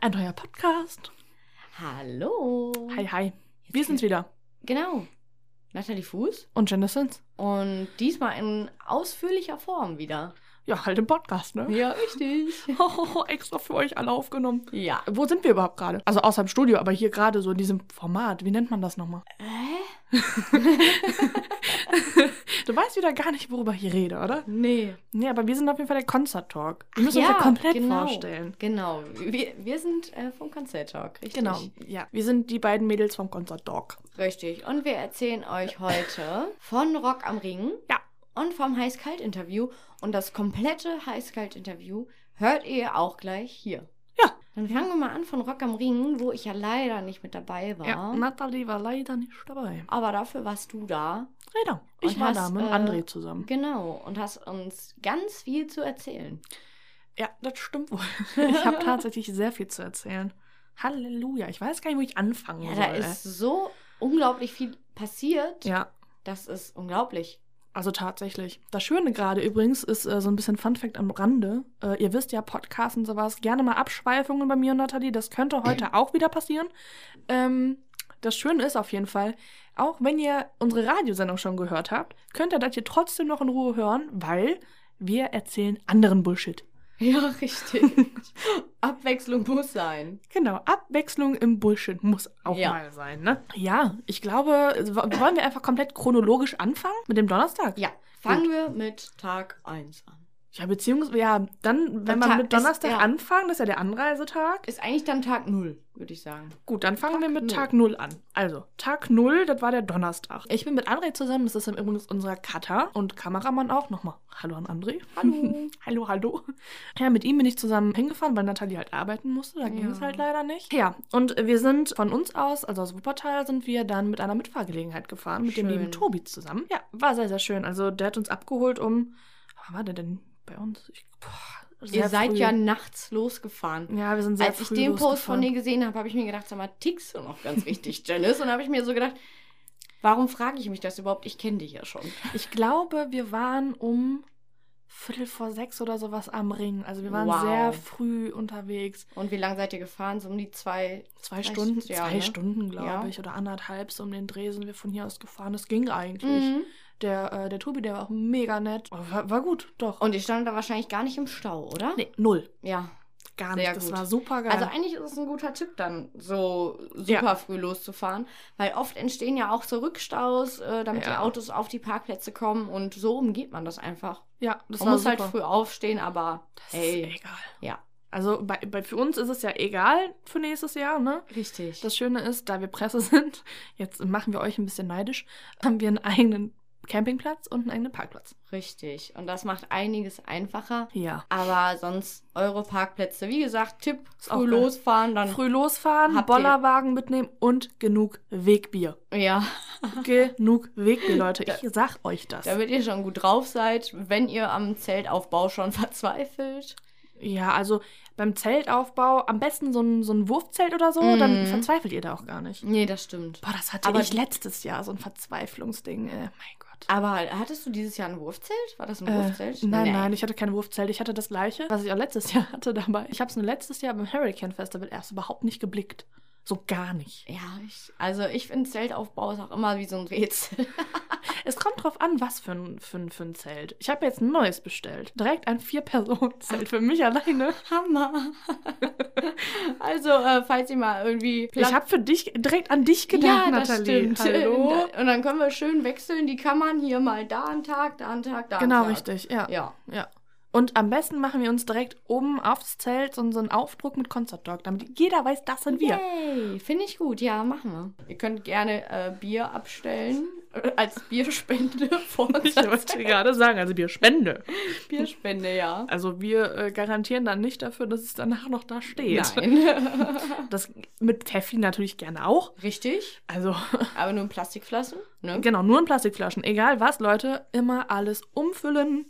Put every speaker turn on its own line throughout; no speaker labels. Ein neuer Podcast.
Hallo.
Hi, hi.
Mhm. Jetzt
Wir sind's wieder.
Genau. Natalie Fuß.
Und Jennisons.
Und diesmal in ausführlicher Form wieder.
Ja, halt im Podcast, ne?
Ja, richtig.
Oh, extra für euch alle aufgenommen.
Ja.
Wo sind wir überhaupt gerade? Also außer im Studio, aber hier gerade so in diesem Format. Wie nennt man das nochmal?
Äh?
Du weißt wieder gar nicht, worüber ich rede, oder?
Nee.
Nee, aber wir sind auf jeden Fall der Konzert-Talk. Wir müssen uns
ja,
ja komplett
genau.
vorstellen.
Genau. Wir, wir sind äh, vom Concert Talk, richtig?
Genau, ja. Wir sind die beiden Mädels vom Konzert-Talk.
Richtig. Und wir erzählen euch heute von Rock am Ring.
Ja.
Und vom Heiß-Kalt-Interview. Und das komplette Heiß-Kalt-Interview hört ihr auch gleich hier.
Ja.
Dann fangen wir mal an von Rock am Ring, wo ich ja leider nicht mit dabei war.
Ja, Natalie war leider nicht dabei.
Aber dafür warst du da.
Genau. Ich
Und
war
hast,
da mit
äh,
André zusammen.
Genau. Und hast uns ganz viel zu erzählen.
Ja, das stimmt wohl. Ich habe tatsächlich sehr viel zu erzählen. Halleluja. Ich weiß gar nicht, wo ich anfangen
Ja,
soll.
da ist so äh. unglaublich viel passiert.
ja,
Das ist unglaublich.
also tatsächlich. Das Schöne gerade übrigens ist äh, so ein bisschen Fun Fact am Rande. Äh, ihr wisst ja, Podcasts und sowas, gerne mal Abschweifungen bei mir und Nathalie. Das könnte heute auch wieder passieren. Ähm, das Schöne ist auf jeden Fall, auch wenn ihr unsere Radiosendung schon gehört habt, könnt ihr das hier trotzdem noch in Ruhe hören, weil wir erzählen anderen Bullshit.
Ja, richtig. Abwechslung muss sein.
Genau, Abwechslung im Bullshit muss auch
Ja.
mal sein, ne? Ja, ich glaube, w- wollen wir einfach komplett chronologisch anfangen mit dem Donnerstag?
Ja, fangen wir mit Tag 1 an.
Ja, beziehungsweise, ja, dann, wenn
Dann
wir
Ta-
mit Donnerstag
ist- ja.
anfangen, das ist ja der Anreisetag.
Ist eigentlich dann Tag 0, würde ich sagen.
Gut, dann fangen
Tag
wir mit
null.
Tag null an. Also, Tag null, das war der Donnerstag. Ich bin mit André zusammen, das ist dann übrigens unser Cutter und Kameramann auch. Nochmal, hallo an André.
Hallo.
Hallo, hallo. Ja, mit ihm bin ich zusammen hingefahren, weil Nathalie halt arbeiten musste. Da ging
Ja.
es halt leider nicht. Ja, und wir sind von uns aus, also aus Wuppertal, sind wir dann mit einer Mitfahrgelegenheit gefahren, mit dem
Schön.
lieben Tobi zusammen. Ja, war sehr, sehr schön. Also der hat uns abgeholt um, wann war der denn bei uns? Ich, boah, sehr
Ihr seid
früh.
ja nachts losgefahren.
ja, wir sind sehr
Als ich
früh
den Post
losgefahren.
von dir gesehen habe, habe ich mir gedacht, sag mal, tickst du noch ganz richtig, Janice? Und habe ich mir so gedacht, warum frage ich mich das überhaupt? Ich kenne dich ja schon.
Ich glaube, wir waren um Viertel vor sechs oder sowas am Ring. Also wir waren
Wow.
sehr früh unterwegs.
Und wie lange seid ihr gefahren? So um die zwei.
Zwei
Vielleicht,
Stunden,
ja,
zwei
ne?
Stunden, glaube
Ja.
ich, oder anderthalb so um den Dreh sind wir von hier aus gefahren. Das ging eigentlich.
Mhm.
Der, äh, der Tobi, der war auch mega nett. Oh, War, war gut, doch.
Und ihr standet da wahrscheinlich gar nicht im Stau, oder?
nee, null.
Ja.
Gar
Sehr
nicht. Das
gut.
war super geil.
Also eigentlich ist es ein guter Tipp, dann so super
Ja.
früh loszufahren, weil oft entstehen ja auch so Rückstaus, äh, damit die
Ja.
Autos auf die Parkplätze kommen und so umgeht man das einfach.
ja, das
man
war
muss
super.
halt früh aufstehen, aber
das ist
ey,
egal.
Ja.
Also bei, bei, für uns ist es ja egal für nächstes Jahr, ne?
richtig.
Das Schöne ist, da wir Presse sind, jetzt machen wir euch ein bisschen neidisch, haben wir einen eigenen Campingplatz und einen eigenen Parkplatz.
richtig. Und das macht einiges einfacher.
Ja.
Aber sonst eure Parkplätze. Wie gesagt, Tipp,
Ist auch
früh
geil.
losfahren, dann.
Früh losfahren,
Habt ihr-
Bollerwagen mitnehmen und genug Wegbier.
Ja,
Genug Wegbier, Leute. Ich sag euch das.
damit ihr schon gut drauf seid, wenn ihr am Zeltaufbau schon verzweifelt.
Ja, also beim Zeltaufbau am besten so ein, so ein Wurfzelt oder so,
Mhm.
dann verzweifelt ihr da auch gar nicht.
Nee, das stimmt.
Boah, das hatte
Aber-
ich letztes Jahr, so ein Verzweiflungsding. Äh, mein Gott.
Aber hattest du dieses Jahr ein Wurfzelt? War das ein Wurfzelt?
Äh, nein, nein, ich hatte kein Wurfzelt. Ich hatte das gleiche, was ich auch letztes Jahr hatte dabei. Ich habe es nur letztes Jahr beim Hurricane Festival erst überhaupt nicht geblickt. So gar nicht.
Ja, ich, also ich finde Zeltaufbau ist auch immer wie so ein Rätsel.
Es kommt drauf an, was für ein, für ein, für ein Zelt. Ich habe jetzt ein neues bestellt. Direkt ein Vier-Personen-Zelt für mich alleine.
Hammer. also, äh, falls ihr mal irgendwie
Ich habe für dich direkt an dich gedacht,
ja, das
Nathalie.
stimmt.
Hallo.
Und dann können wir schön wechseln, die Kammern hier mal da einen Tag, da einen Tag, da einen
Genau,
Tag.
richtig, ja.
Ja,
Ja. Und am besten machen wir uns direkt oben aufs Zelt so, so einen Aufdruck mit Concert Dog, damit jeder weiß, das sind wir.
Yay, finde ich gut. Ja, machen wir. Ihr könnt gerne äh, Bier abstellen äh, als Bierspende vor
Ich
uns.
wollte gerade sagen, also wir Spende.
Bierspende, ja.
Also wir äh, garantieren dann nicht dafür, dass es danach noch da steht.
Nein.
Das mit Pfeffi natürlich gerne auch.
Richtig,
Also
aber nur in Plastikflaschen. Ne?
genau, nur in Plastikflaschen. Egal was, Leute, immer alles umfüllen.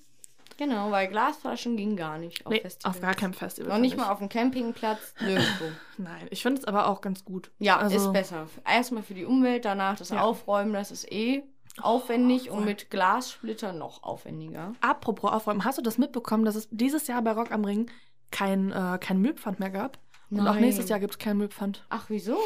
Genau, weil Glasflaschen ging gar nicht auf
nee,
Festivals.
auf gar keinem Festival.
Noch
find
nicht
ich.
mal auf dem Campingplatz, nirgendwo.
Nein, ich finde es aber auch ganz gut.
Ja,
Also-
ist besser. Erstmal für die Umwelt, danach das
Ja. Oh,
Aufräumen, das ist eh aufwendig
voll.
und mit Glassplittern noch aufwendiger.
Apropos Aufräumen, hast du das mitbekommen, dass es dieses Jahr bei Rock am Ring kein, äh, kein Müllpfand mehr gab? Und auch
Nein.
nächstes Jahr gibt es keinen Müllpfand.
Ach, wieso?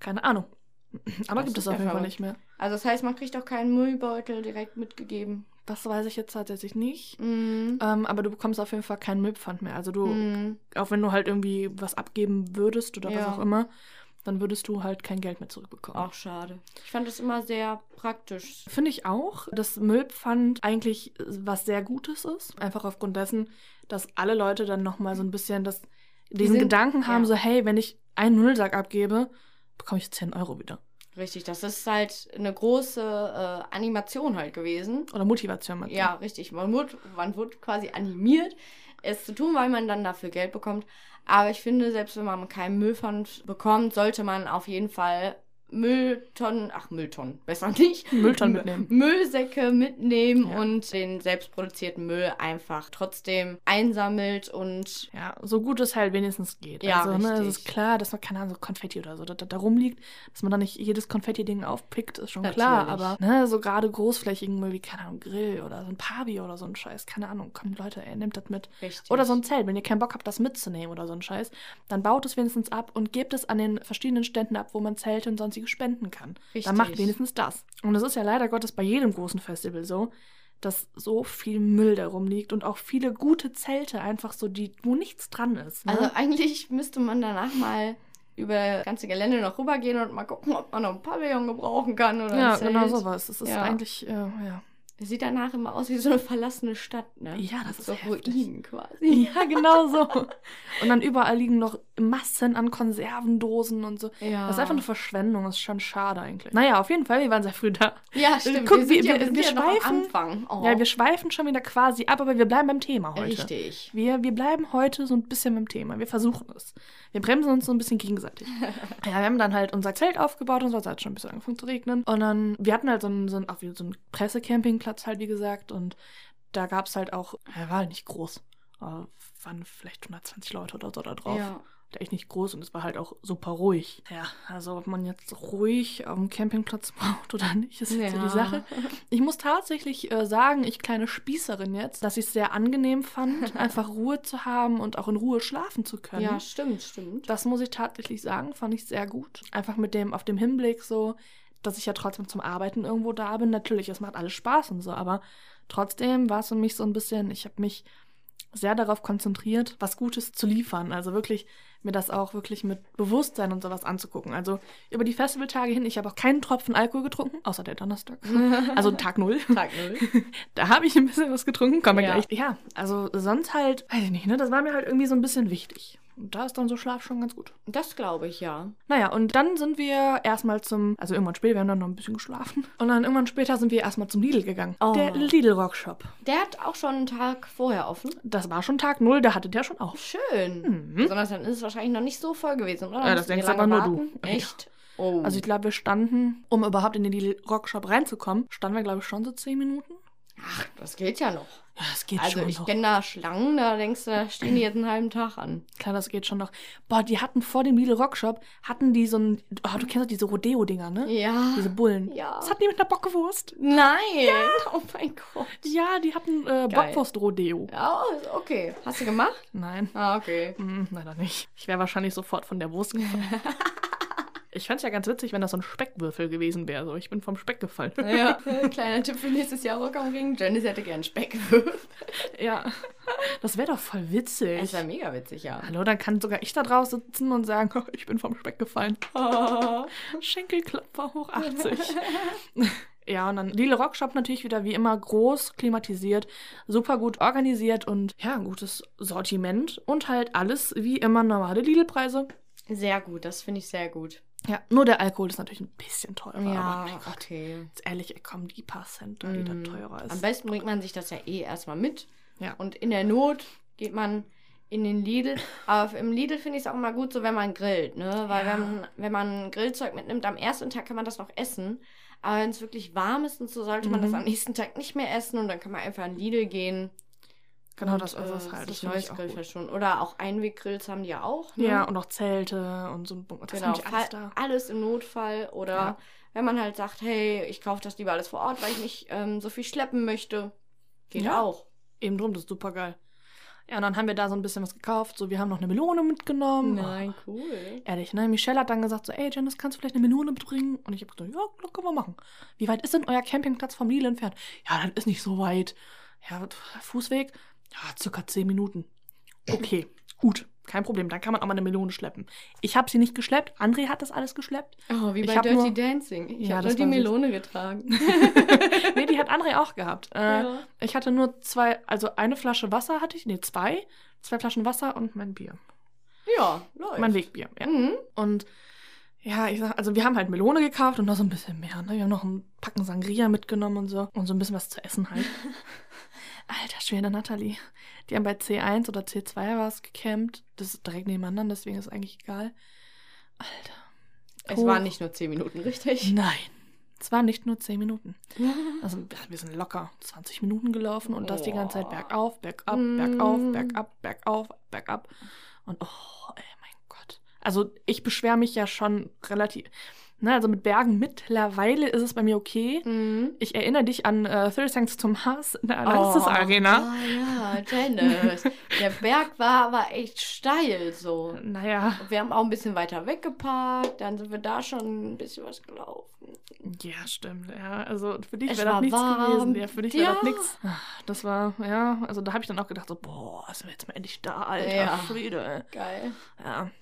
Keine Ahnung. Aber
Das
gibt es
ist
auf
ja
jeden Fall
verrückt.
nicht mehr.
Also das heißt, man kriegt auch keinen Müllbeutel direkt mitgegeben.
Das weiß ich jetzt tatsächlich nicht.
Mhm.
Ähm, aber du bekommst auf jeden Fall keinen Müllpfand mehr. Also du,
Mhm.
auch wenn du halt irgendwie was abgeben würdest oder was
Ja.
auch immer, dann würdest du halt kein Geld mehr zurückbekommen.
Auch schade. Ich fand das immer sehr praktisch.
Finde ich auch, dass Müllpfand eigentlich was sehr Gutes ist. Einfach aufgrund dessen, dass alle Leute dann nochmal so ein bisschen das, diesen
sind-
Gedanken haben,
ja.
so hey, wenn ich einen Müllsack abgebe, bekomme ich 10 Euro wieder.
Richtig, das ist halt eine große äh, Animation halt gewesen.
Oder Motivation. meinst du?
Ja, richtig. Man wird, man wird quasi animiert, es zu tun, weil man dann dafür Geld bekommt. Aber ich finde, selbst wenn man keinen Müllpfand bekommt, sollte man auf jeden Fall Mülltonnen, ach Mülltonnen, besser nicht.
Mülltonnen mitnehmen.
Müllsäcke mitnehmen
Ja.
und den selbstproduzierten Müll einfach trotzdem einsammelt und
Ja, so gut es halt wenigstens geht.
Ja,
also, ne, es
richtig.
ist klar, dass man, keine Ahnung, so Konfetti oder so da, da, da rumliegt, dass man da nicht jedes Konfetti-Ding aufpickt, ist schon klar. Aber
Natürlich.
ne, so gerade großflächigen Müll wie, keine Ahnung, Grill oder so ein Pavi oder so ein Scheiß, keine Ahnung, kommt Leute, ey, nehmt das mit.
richtig.
Oder so ein Zelt, wenn ihr keinen Bock habt, das mitzunehmen oder so ein Scheiß, dann baut es wenigstens ab und gebt es an den verschiedenen Ständen ab, wo man Zelte und sonstige spenden kann.
Richtig.
Dann macht wenigstens das. Und es ist ja leider Gottes bei jedem großen Festival so, dass so viel Müll da rumliegt und auch viele gute Zelte einfach so, die, wo nichts dran ist. Ne?
Also eigentlich müsste man danach mal über das ganze Gelände noch rübergehen und mal gucken, ob man noch ein Pavillon gebrauchen kann oder
ja,
ein Zelt.
genau sowas. Es ist
Ja.
eigentlich, äh, ja.
Sieht danach immer aus wie so eine verlassene Stadt, ne?
Ja, das ist
so
heftig.
Ruinen quasi.
Ja, genau so. Und dann überall liegen noch Massen an Konservendosen und so.
Ja.
Das ist einfach eine Verschwendung, das ist schon schade eigentlich. Naja, auf jeden Fall, wir waren sehr früh da.
Ja, stimmt.
Guck,
wir sind
wir-
ja,
wir-
wir, sind
wir
ja noch am
schweifen.
Anfang. Oh.
Ja, wir schweifen schon wieder quasi ab, aber wir bleiben beim Thema heute.
Richtig.
Wir, wir bleiben heute so ein bisschen beim Thema. Wir versuchen es. Wir bremsen uns so ein bisschen gegenseitig. ja, wir haben dann halt unser Zelt aufgebaut und so. Es hat schon ein bisschen angefangen zu regnen. Und dann, wir hatten halt so einen, so einen, auch wie so einen Pressecampingplatz halt, wie gesagt. Und da gab es halt auch, er war halt nicht groß. aber Waren vielleicht 120 Leute oder so da drauf.
Ja.
Der echt nicht groß und es war halt auch super ruhig. Ja, also ob man jetzt ruhig auf dem Campingplatz braucht oder nicht, ist jetzt so die Sache. Ich muss tatsächlich äh, sagen, ich kleine Spießerin jetzt, dass ich es sehr angenehm fand, einfach Ruhe zu haben und auch in Ruhe schlafen zu können.
Ja, stimmt, stimmt.
das muss ich tatsächlich sagen, fand ich sehr gut. Einfach mit dem, auf dem Hinblick so, dass ich ja trotzdem zum Arbeiten irgendwo da bin. Natürlich, es macht alles Spaß und so, aber trotzdem war es für mich so ein bisschen, ich habe mich sehr darauf konzentriert, was Gutes zu liefern. Also wirklich mir das auch wirklich mit Bewusstsein und sowas anzugucken. Also über die Festivaltage hin, ich habe auch keinen Tropfen Alkohol getrunken, außer der Donnerstag. Also Tag Null.
Tag null.
Da habe ich ein bisschen was getrunken, kommen wir
Ja.
gleich. Ja, also sonst halt, weiß ich nicht, ne? Das war mir halt irgendwie so ein bisschen wichtig. Und da ist dann so Schlaf schon ganz gut.
Das glaube ich, ja.
Naja, und dann sind wir erstmal zum, also irgendwann später, wir haben dann noch ein bisschen geschlafen. Und dann irgendwann später sind wir erstmal zum Lidl gegangen.
Oh.
Der Lidl Rockshop.
Der hat auch schon einen Tag vorher offen.
Das war schon Tag Null, da hatte der schon auf.
Schön.
Mhm.
Besonders dann ist es wahrscheinlich noch nicht so voll gewesen, oder?
Ja, das
Mussten wir
denkst
lange
aber nur du.
warten? Echt? Oh.
Also ich glaube, wir standen, um überhaupt in den Lidl Rockshop reinzukommen, standen wir, glaube ich, schon so zehn Minuten.
Ach, das geht ja noch.
Ja, das geht
Also
schon
ich
noch.
kenne da Schlangen, da denkst du, da stehen die jetzt einen halben Tag an.
Klar, das geht schon noch. Boah, die hatten vor dem Lidl Rockshop, hatten die so ein, oh, du kennst doch diese Rodeo-Dinger, ne?
Ja.
Diese Bullen.
Ja.
Das hatten die mit einer Bockwurst.
Nein! Oh mein Gott.
Ja, die hatten äh, Bockwurst-Rodeo.
Ja, ist okay. Hast du gemacht?
Nein,
Ah, okay.
mm, leider nicht. Ich wäre wahrscheinlich sofort von der Wurst gefallen. ich fänd's ja ganz witzig, wenn das so ein Speckwürfel gewesen wäre. So, ich bin vom Speck gefallen.
Ja, kleiner Tipp für nächstes Jahr Rock am Ring. Janice hätte gern Speckwürfel.
ja. Das wäre doch voll witzig.
Das wäre mega witzig, ja.
Hallo, dann kann sogar ich da draus sitzen und sagen, oh, ich bin vom Speck gefallen.
Oh.
Schenkelklopfer hoch 80. ja, und dann Lille Rockshop natürlich wieder wie immer groß klimatisiert, super gut organisiert und ja, ein gutes Sortiment und halt alles wie immer normale Lidl-Preise.
Sehr gut, das finde ich sehr gut.
Ja, nur der Alkohol ist natürlich ein bisschen teurer, aber mein
Ja, oh
Gott,
okay.
jetzt ehrlich, ey, kommen die paar Cent, da, die
Mhm.
da teurer
Am
ist.
besten bringt man sich das ja eh erstmal mit.
Ja.
Und in der Not geht man in den Lidl. Aber im Lidl finde ich es auch immer gut, so wenn man grillt, ne? Weil
Ja.
wenn, wenn man Grillzeug mitnimmt, am ersten Tag kann man das noch essen. Aber wenn es wirklich warm ist und so, sollte man
Mhm.
das am nächsten Tag nicht mehr essen und dann kann man einfach in den Lidl gehen.
Genau,
und, äh,
das ist es halt. Das
sich
finde ich
neues
auch
Grill
gut.
verschonen. Oder auch Einweggrills haben die ja auch. Ne?
Ja, und auch Zelte und so ein Bunker. Das
genau.
habe ich alles
Alles,
da.
alles im Notfall. Oder
Ja.
wenn man halt sagt, hey, ich kaufe das lieber alles vor Ort, weil ich nicht ähm, so viel schleppen möchte. Geht
Ja.
auch.
Eben drum, das ist super geil. Ja, und dann haben wir da so ein bisschen was gekauft. So, wir haben noch eine Melone mitgenommen.
Nein, cool.
Ehrlich, ne? Michelle hat dann gesagt so, ey, Janice, kannst du vielleicht eine Melone mitbringen? Und ich habe gesagt, ja, klar, können wir machen. Wie weit ist denn euer Campingplatz vom Lidl entfernt? Ja, das ist nicht so weit. Ja, Fußweg? Ja, circa zehn Minuten. Okay, gut, kein Problem. Dann kann man auch mal eine Melone schleppen. Ich habe sie nicht geschleppt. André hat das alles geschleppt.
Oh, wie
Ich
bei
hab
Dirty
nur-
Dancing. Ich
Ja,
habe
das
nur die
war süß.
Melone getragen.
nee, die hat André auch gehabt. Äh,
Ja.
Ich hatte nur zwei, also eine Flasche Wasser hatte ich, nee, zwei. Zwei Flaschen Wasser und mein Bier.
ja, läuft.
Mein Wegbier, ja.
Mhm.
Und ja, ich sag, also wir haben halt Melone gekauft und noch so ein bisschen mehr. Ne? Wir haben noch einen Packen Sangria mitgenommen und so. Und so ein bisschen was zu essen halt. Alter Schwede, Natalie. Die haben bei C1 oder C2 war es gecampt. Das ist direkt nebeneinander, deswegen ist eigentlich egal. Alter.
Es
Hoch.
waren nicht nur 10 Minuten, richtig?
Nein. Es waren nicht nur 10 Minuten. Also ja, wir sind locker 20 Minuten gelaufen und das die ganze Zeit
Boah.
bergauf, bergab,
Mm.
bergauf, bergab, bergauf, bergab. Und oh, ey, mein Gott. Also ich beschwere mich ja schon relativ. Ne, also mit Bergen mittlerweile ist es bei mir okay.
Mhm.
Ich erinnere dich an äh, Three Thanks to Mars in der Alexis Arena.
Ah, ja, Dennis. Der Berg war aber echt steil so.
Naja,
Wir haben auch ein bisschen weiter weggeparkt, dann sind wir da schon ein bisschen was gelaufen.
ja, stimmt. Ja, also für dich
Es
wäre das
war
nichts
warm.
gewesen. Ja, für dich wäre das
Ja.
nichts. Das war, ja, also da habe ich dann auch gedacht, so, boah, sind wir jetzt mal endlich da, alter
Ja.
Friede. ey.
Geil.
Ja.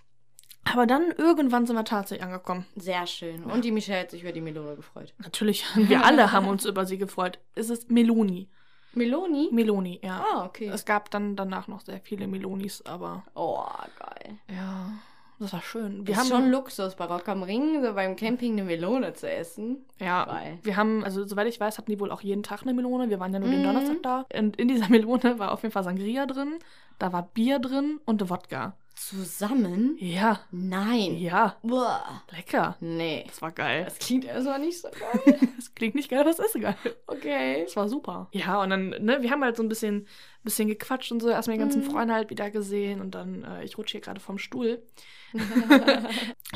Aber dann irgendwann sind wir tatsächlich angekommen.
Sehr schön. Und die Michelle hat sich über die Melone gefreut.
Natürlich, wir alle haben uns über sie gefreut. Es ist Meloni.
Meloni?
Meloni, ja.
ah, okay.
Es gab dann danach noch sehr viele Melonis, aber
Oh, geil.
ja, das war schön.
Wir
Wir
ist
haben
schon Luxus, bei Rock am Ring so beim Camping eine Melone zu essen.
ja,
Geil.
wir haben, also soweit ich weiß, hatten die wohl auch jeden Tag eine Melone. Wir waren ja nur den
Mhm.
Donnerstag da. Und in dieser Melone war auf jeden Fall Sangria drin, da war Bier drin und Wodka.
Zusammen?
Ja,
Nein.
ja,
Uah.
lecker.
Nee.
Das war geil.
Das klingt erstmal nicht so geil.
Das klingt nicht geil, aber es ist geil.
Okay.
Das war super. Ja, und dann, ne, wir haben halt so ein bisschen, bisschen gequatscht und so, erst meine ganzen
Mhm.
Freunde halt wieder gesehen und dann, äh, ich rutsche hier gerade vom Stuhl.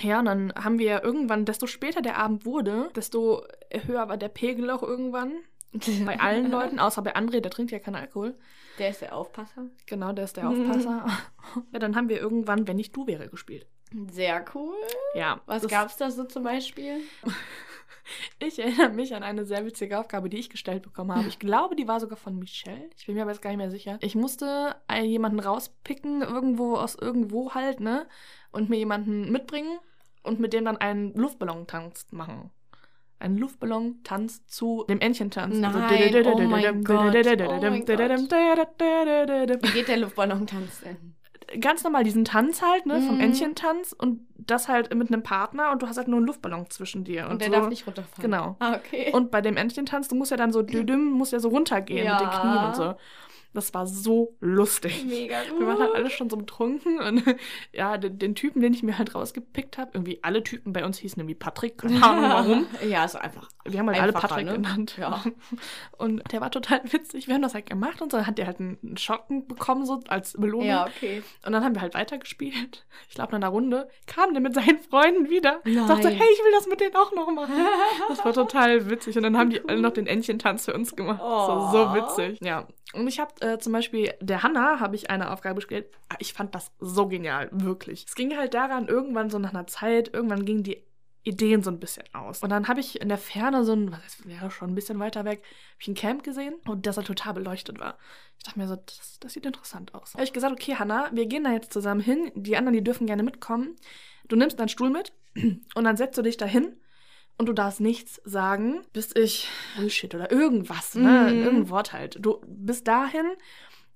Ja, und dann haben wir irgendwann, desto später der Abend wurde, desto höher war der Pegel auch irgendwann. Bei allen Leuten, außer bei André, der trinkt ja keinen Alkohol.
Der ist der Aufpasser.
Genau, der ist der Aufpasser. ja, dann haben wir irgendwann, wenn nicht du wäre, gespielt.
Sehr cool.
Ja.
Was
das-
gab's da so zum Beispiel?
Ich erinnere mich an eine sehr witzige Aufgabe, die ich gestellt bekommen habe. Ich glaube, die war sogar von Michelle. Ich bin mir aber jetzt gar nicht mehr sicher. Ich musste einen, jemanden rauspicken, irgendwo aus irgendwo halt, ne? Und mir jemanden mitbringen und mit dem dann einen Luftballon-Tanz machen. Einen Luftballon-Tanz zu dem Entchen-Tanz.
Nein, oh mein Gott,
Gott.
Wie geht der Luftballon-Tanz denn?
Ganz normal diesen Tanz halt, ne? Vom
Mhm.
Entchen-Tanz und das halt mit einem Partner und du hast halt nur einen Luftballon zwischen dir.
Und, der
so.
darf nicht runterfahren.
Genau.
Ah, okay.
Und bei dem Entchentanz, du musst ja dann so düdüm, musst ja so runtergehen mit den
Ja.
Knien und so. Das war so lustig.
Mega gut.
Wir waren halt alle schon so betrunken und ja, den, den Typen, den ich mir halt rausgepickt habe, irgendwie alle Typen bei uns hießen irgendwie Patrick, keine Ahnung warum.
Ja, ist einfach.
Wir haben halt alle
Einfacher,
Patrick
ne?
genannt.
Ja.
Und der war total witzig. Wir haben das halt gemacht und so, dann hat der halt einen einen Schocken bekommen, so als Belohnung.
Ja, okay.
Und dann haben wir halt weitergespielt. Ich glaube, nach einer Runde kam der mit seinen Freunden wieder. und Sagte,
Nein.
hey, ich will das mit denen auch noch machen. Das war total witzig. Und dann haben die
Cool.
alle noch den Entchentanz für uns gemacht. Das
Oh.
war so witzig. Ja. Und ich habe äh, zum Beispiel der Hanna habe ich eine Aufgabe gestellt. Ah, Ich fand das so genial, wirklich. Es ging halt daran, irgendwann so nach einer Zeit, irgendwann gingen die Ideen so ein bisschen aus. Und dann habe ich in der Ferne so ein, was heißt, ja, schon ein bisschen weiter weg, habe ich ein Camp gesehen und das er total beleuchtet war. Ich dachte mir so, das, das sieht interessant aus. Habe ich gesagt, okay, Hanna, wir gehen da jetzt zusammen hin. Die anderen, die dürfen gerne mitkommen. Du nimmst deinen Stuhl mit und dann setzt du dich dahin und du darfst nichts sagen, bis ich Bullshit oder irgendwas, ne?
Mhm.
Irgendein Wort halt. Du bis dahin,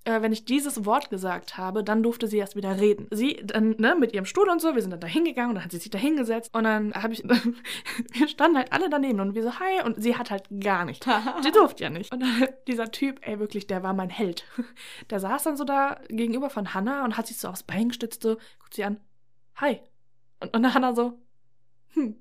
äh, wenn ich dieses Wort gesagt habe, dann durfte sie erst wieder reden. Sie dann, ne, mit ihrem Stuhl und so, wir sind dann da hingegangen und dann hat sie sich da hingesetzt und dann habe ich, wir standen halt alle daneben und wir so, hi, und sie hat halt gar nicht. Die durfte ja nicht. Und dann, dieser Typ, ey, wirklich, der war mein Held. Der saß dann so da gegenüber von Hannah und hat sich so aufs Bein gestützt, so, guckt sie an, hi. Und, und Hannah so, hm,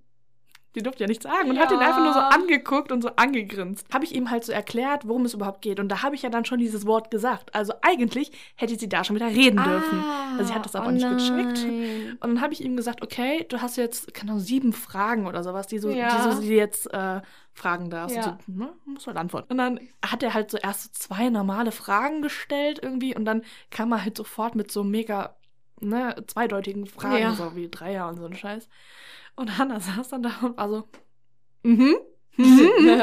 Die durfte ja nichts sagen und hat
Ja.
ihn einfach nur so angeguckt und so angegrinst. Habe ich ihm halt so erklärt, worum es überhaupt geht. Und da habe ich ja dann schon dieses Wort gesagt. Also eigentlich hätte sie da schon wieder reden dürfen.
Ah,
Also sie hat
oh
das aber nicht gecheckt.
nein.
Und dann habe ich ihm gesagt, okay, du hast jetzt, keine Ahnung, sieben Fragen oder sowas, die, so,
Ja.
die, so, die du jetzt äh, fragen darfst.
Ja.
Und so, ne, muss halt antworten. Und dann hat er halt so erst so zwei normale Fragen gestellt irgendwie und dann kam er halt sofort mit so mega, ne, zweideutigen Fragen,
Ja.
so wie Dreier und so ein Scheiß. Und Hannah saß dann da und war so, mhm, mhm, mhm.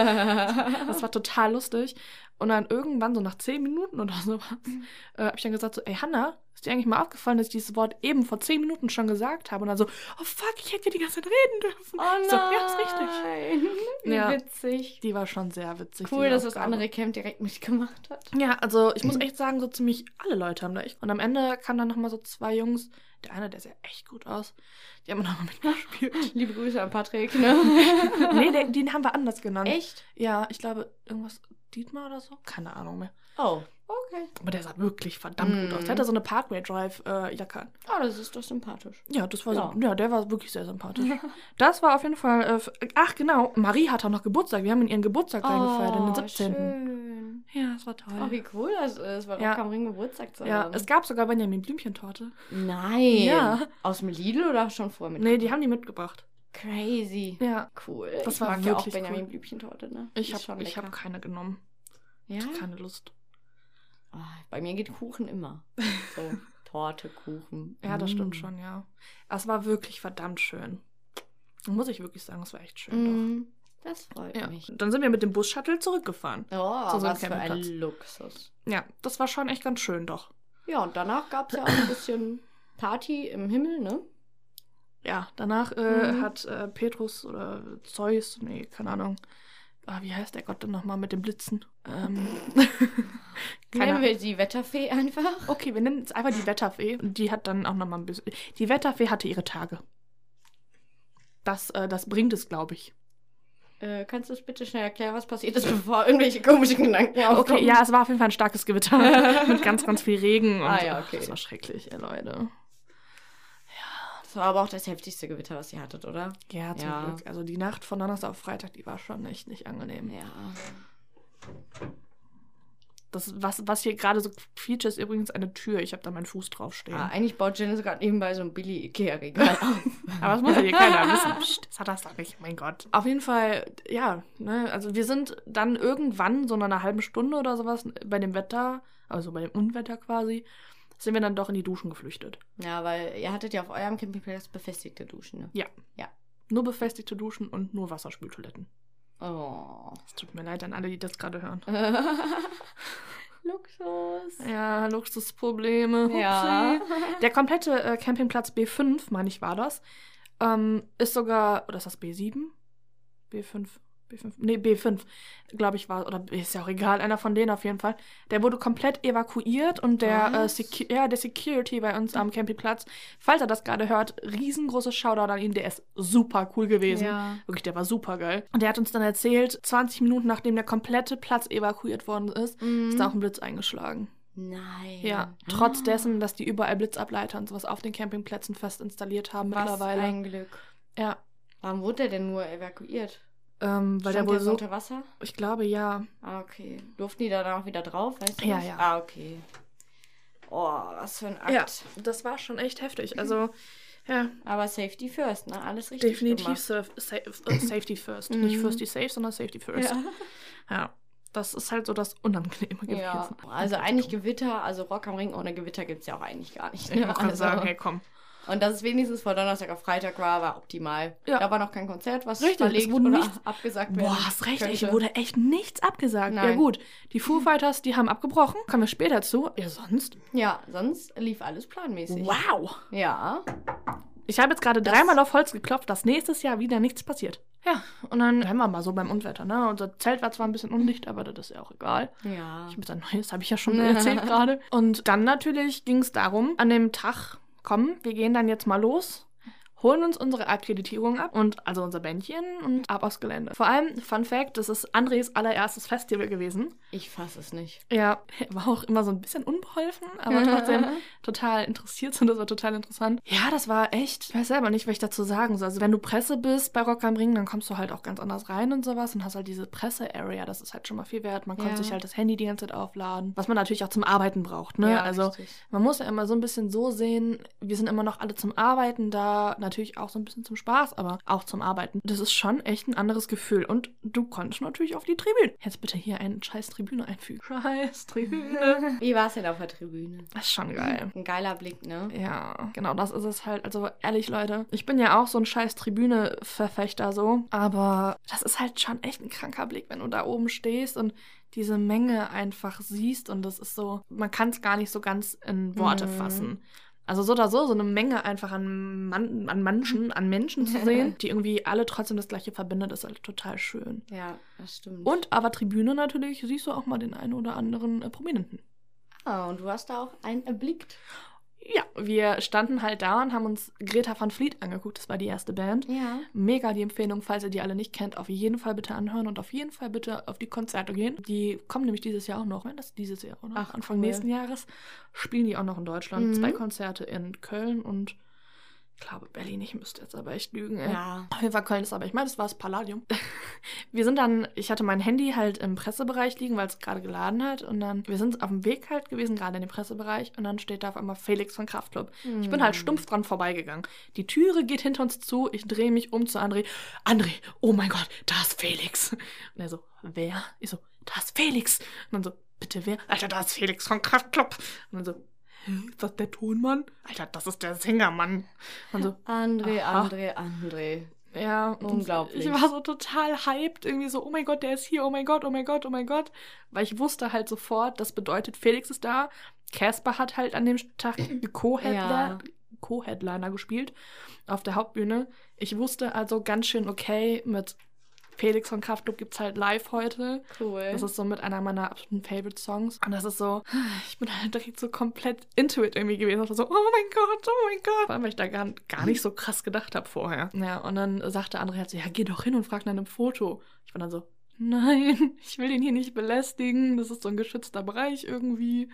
Das war total lustig. Und dann irgendwann, so nach zehn Minuten oder so,
Mhm.
äh, habe ich dann gesagt: so, Ey, Hanna, ist dir eigentlich mal aufgefallen, dass ich dieses Wort eben vor zehn Minuten schon gesagt habe? Und dann so: Oh fuck, ich hätte ja die ganze Zeit reden dürfen.
Oh nein.
Ich so, ja, ist richtig.
Wie
Ja.
witzig.
Die war schon sehr witzig.
Cool,
diese
dass das
Aufgabe.
andere Mhm. Camp direkt mitgemacht hat.
Ja, also ich muss echt sagen, so ziemlich alle Leute haben da echt. Und am Ende kamen dann nochmal so zwei Jungs. Der eine, der sah echt gut aus. Die haben nochmal mitgespielt.
Liebe Grüße an Patrick. Ne?
nee, den, den haben wir anders genannt.
Echt?
Ja, ich glaube, irgendwas Dietmar oder so? Keine Ahnung mehr.
Oh, okay.
Aber der sah wirklich verdammt gut aus.
Mhm.
Der hatte so eine Parkway Drive-Jacke an.
Oh, das ist doch sympathisch.
Ja, das war
Ja.
So, ja, der war wirklich sehr sympathisch. das war auf jeden Fall. Äh, f- ach genau, Marie hat auch noch Geburtstag. Wir haben in ihren Geburtstag reingefeiert, in den 17.
Oh, Schön.
Ja, das war toll.
Oh, wie cool das ist, weil
Ja.
Rock am Ring Geburtstag zu
ja,
haben.
es gab sogar Benjamin Blümchentorte.
Nein.
Ja.
Aus dem Lidl oder schon vorher mit?
Nee, die haben die mitgebracht.
Crazy.
Ja.
Cool.
Das
ich
war
mag ja auch
wirklich cool.
Benjamin Blümchentorte, ne? Die
Ich
ist schon
habe ich
lecker.
hab keine genommen.
ja?
Keine Lust.
Ah, bei mir geht Kuchen immer. So, Torte, Kuchen.
Ja, das
Mm.
stimmt schon, ja. Es war wirklich verdammt schön. Muss ich wirklich sagen, es war echt schön.
Mm, das freut
Doch. Ja.
mich.
Dann sind wir mit dem Bus-Shuttle zurückgefahren.
Oh,
so einem
was für ein
Campingplatz.
Luxus.
Ja, das war schon echt ganz schön, doch.
Ja, und danach gab es ja auch ein bisschen Party im Himmel, ne?
Ja, danach äh,
Mhm.
hat äh, Petrus oder Zeus, nee, keine Ahnung. Ah, wie heißt der Gott denn nochmal mit dem Blitzen? Ähm, keine
Nennen wir sie Wetterfee einfach.
Okay, wir nennen jetzt einfach die Wetterfee. Und Die hat dann auch nochmal ein bisschen. Die Wetterfee hatte ihre Tage. Das, äh, das bringt es, glaube ich.
Äh, kannst du es bitte schnell erklären, was passiert ist, bevor irgendwelche komischen Gedanken aufkommen?
Okay, ja, es war auf jeden Fall ein starkes Gewitter mit ganz, ganz viel Regen. Und,
Ah, ja,
ach,
okay.
Das war schrecklich, ey, Leute.
Das war aber auch das heftigste Gewitter, was ihr hattet, oder?
Ja, zum
Ja.
Glück. Also die Nacht von Donnerstag auf Freitag, die war schon echt nicht angenehm.
Ja.
Das, was, was hier gerade so feature, ist übrigens eine Tür. Ich habe da meinen Fuß draufstehen.
Ah, eigentlich baut Janice gerade nebenbei so ein Billy-Ikea-Regal auf.
Aber das muss ja hier keiner wissen. Psst, das hat das doch nicht, mein Gott. Auf jeden Fall, ja, ne, also wir sind dann irgendwann, so nach einer halben Stunde oder sowas, bei dem Wetter, also bei dem Unwetter quasi, sind wir dann doch in die Duschen geflüchtet.
Ja, weil ihr hattet ja auf eurem Campingplatz befestigte Duschen, ne?
Nur befestigte Duschen und nur Wasserspültoiletten.
Oh.
Es tut mir leid an alle, die das gerade hören.
Luxus.
Ja, Luxusprobleme.
Ja.
Upsi. Der komplette äh, Campingplatz B5, meine ich, war das, ähm, ist sogar, oder ist das B7? B5? B5? Nee, B5, glaube ich, war, oder ist ja auch egal, einer von denen auf jeden Fall. Der wurde komplett evakuiert und der, äh,
Was?
Secu ja, der Security bei uns am Campingplatz, falls er das gerade hört, riesengroßes Shoutout an ihn, der ist super cool gewesen.
Ja.
Wirklich, der war super geil. Und der hat uns dann erzählt, 20 Minuten nachdem der komplette Platz evakuiert worden ist, ist da auch ein Blitz eingeschlagen.
Mhm. Nein.
Ja, Ah. trotz dessen, dass die überall Blitzableiter und sowas auf den Campingplätzen fest installiert haben
Was
mittlerweile.
ein Glück.
ja,
Warum wurde der denn nur evakuiert?
ähm, weil der
Stand
wohl so.
unter Wasser?
Ich glaube ja.
Ah, okay. Durften die danach wieder drauf, weißt du?
Ja,
das?
ja.
Ah, okay. Oh, was für ein Akt.
das war schon echt heftig. Also ja,
Aber Safety first, ne? Alles richtig gemacht.
surf, safe- äh, Safety first,
Mhm.
nicht first is safe, sondern Safety first. Ja. das ist halt so das Unangenehme gewesen.
Ja, also eigentlich Gewitter, also Rock am Ring ohne Gewitter gibt es ja auch eigentlich gar nicht.
Ich
Ne?
kann
Also,
sagen, hey, komm.
Und dass es wenigstens vor Donnerstag auf Freitag war, war optimal.
Ja.
Da war noch kein Konzert, was
Richtig, es
verlegt
wurde
oder
nichts-
abgesagt werden
Boah, hast recht,
könnte.
ich wurde echt nichts abgesagt. Ja
Nein.
gut, die Foo Fighters, die haben abgebrochen. Kommen wir später zu. Ja, sonst?
Ja, sonst lief alles planmäßig.
Wow.
Ja.
Ich habe jetzt gerade dreimal auf Holz geklopft, dass nächstes Jahr wieder nichts passiert. Ja, und dann haben wir mal so beim Unwetter, ne? Unser Zelt war zwar ein bisschen undicht, aber das ist ja auch egal.
Ja.
Ich habe ein neues, habe ich ja schon erzählt gerade. Und dann natürlich ging es darum, an dem Tag, komm, wir gehen dann jetzt mal los, holen uns unsere Akkreditierung ab und also unser Bändchen und ab aufs Gelände. Vor allem, Fun Fact, das ist Andres allererstes Festival gewesen.
Ich fasse es nicht.
Ja, er war auch immer so ein bisschen unbeholfen, aber trotzdem
ne,
total interessiert und das war total interessant. Ja, das war echt, ich weiß selber nicht, was ich dazu sagen soll. Also wenn du Presse bist bei Rock am Ring, dann kommst du halt auch ganz anders rein und sowas und hast halt diese Presse-Area, das ist halt schon mal viel wert. Man konnte
Ja.
sich halt das Handy die ganze Zeit aufladen, was man natürlich auch zum Arbeiten braucht, ne?
Ja,
also
richtig.
man muss ja immer so ein bisschen so sehen, wir sind immer noch alle zum Arbeiten da, natürlich auch so ein bisschen zum Spaß, aber auch zum Arbeiten. Das ist schon echt ein anderes Gefühl. Und du konntest natürlich auf die Tribüne. Jetzt bitte hier einen scheiß Tribüne einfügen. Scheiß Tribüne.
Wie war es denn auf der Tribüne?
Das ist schon geil.
Ein geiler Blick, ne?
Ja, genau, das ist es halt. Also ehrlich, Leute, ich bin ja auch so ein scheiß Tribüne-Verfechter so, aber das ist halt schon echt ein kranker Blick, wenn du da oben stehst und diese Menge einfach siehst und das ist so, man kann es gar nicht so ganz in Worte
Mhm.
fassen. Also so oder so, so eine Menge einfach an, Mann, an Menschen, an Menschen zu sehen, die irgendwie alle trotzdem das gleiche verbindet, ist halt total schön.
Ja, das stimmt.
Und aber Tribüne natürlich, siehst du auch mal den einen oder anderen äh, Prominenten.
Ah, und du hast da auch einen erblickt.
Ja, wir standen halt da und haben uns Greta van Fleet angeguckt. Das war die erste Band.
Ja.
Mega die Empfehlung, falls ihr die alle nicht kennt, auf jeden Fall bitte anhören und auf jeden Fall bitte auf die Konzerte gehen. Die kommen nämlich dieses Jahr auch noch, wenn das dieses Jahr oder
Ach,
Anfang
cool.
nächsten Jahres spielen die auch noch in Deutschland.
Mhm.
Zwei Konzerte in Köln und ich glaube Berlin. Ich müsste jetzt aber echt lügen. Ey.
Ja.
Auf jeden Fall Köln ist aber, ich meine, das war das Palladium. Wir sind dann, ich hatte mein Handy halt im Pressebereich liegen, weil es gerade geladen hat. Und dann, wir sind auf dem Weg halt gewesen, gerade in den Pressebereich. Und dann steht da auf einmal Felix von Kraftklub. Ich bin
Hm.
halt stumpf dran vorbeigegangen. Die Türe geht hinter uns zu. Ich drehe mich um zu André. André, oh mein Gott, da ist Felix. Und er so, wer? Ich so, da ist Felix. Und dann so, bitte wer? Alter, da ist Felix von Kraftklub. Und dann so, hä, ist das der Tonmann? Alter, das ist der Sängermann. Und dann so,
André,
Aha.
André, André.
ja, und
Unglaublich.
Ich war so total hyped, irgendwie so, oh mein Gott, der ist hier, oh mein Gott, oh mein Gott, oh mein Gott. Weil ich wusste halt sofort, das bedeutet, Felix ist da. Casper hat halt an dem Tag Co-Headliner
Ja.
Co -Headliner gespielt auf der Hauptbühne. Ich wusste also ganz schön, okay, mit Felix von Kraftclub gibt's halt live heute.
Cool.
Das ist so mit einer meiner absoluten Favorite Songs. Und das ist so, ich bin halt direkt so komplett into it irgendwie gewesen. Ich war so, oh mein Gott, oh mein Gott. Vor allem, weil ich da gar, gar nicht so krass gedacht habe vorher. Ja, und dann sagte André halt so, ja, geh doch hin und frag nach einem Foto. Ich war dann so, nein, ich will den hier nicht belästigen. Das ist so ein geschützter Bereich irgendwie.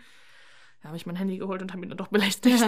Da habe ich mein Handy geholt und habe ihn dann doch belästigt.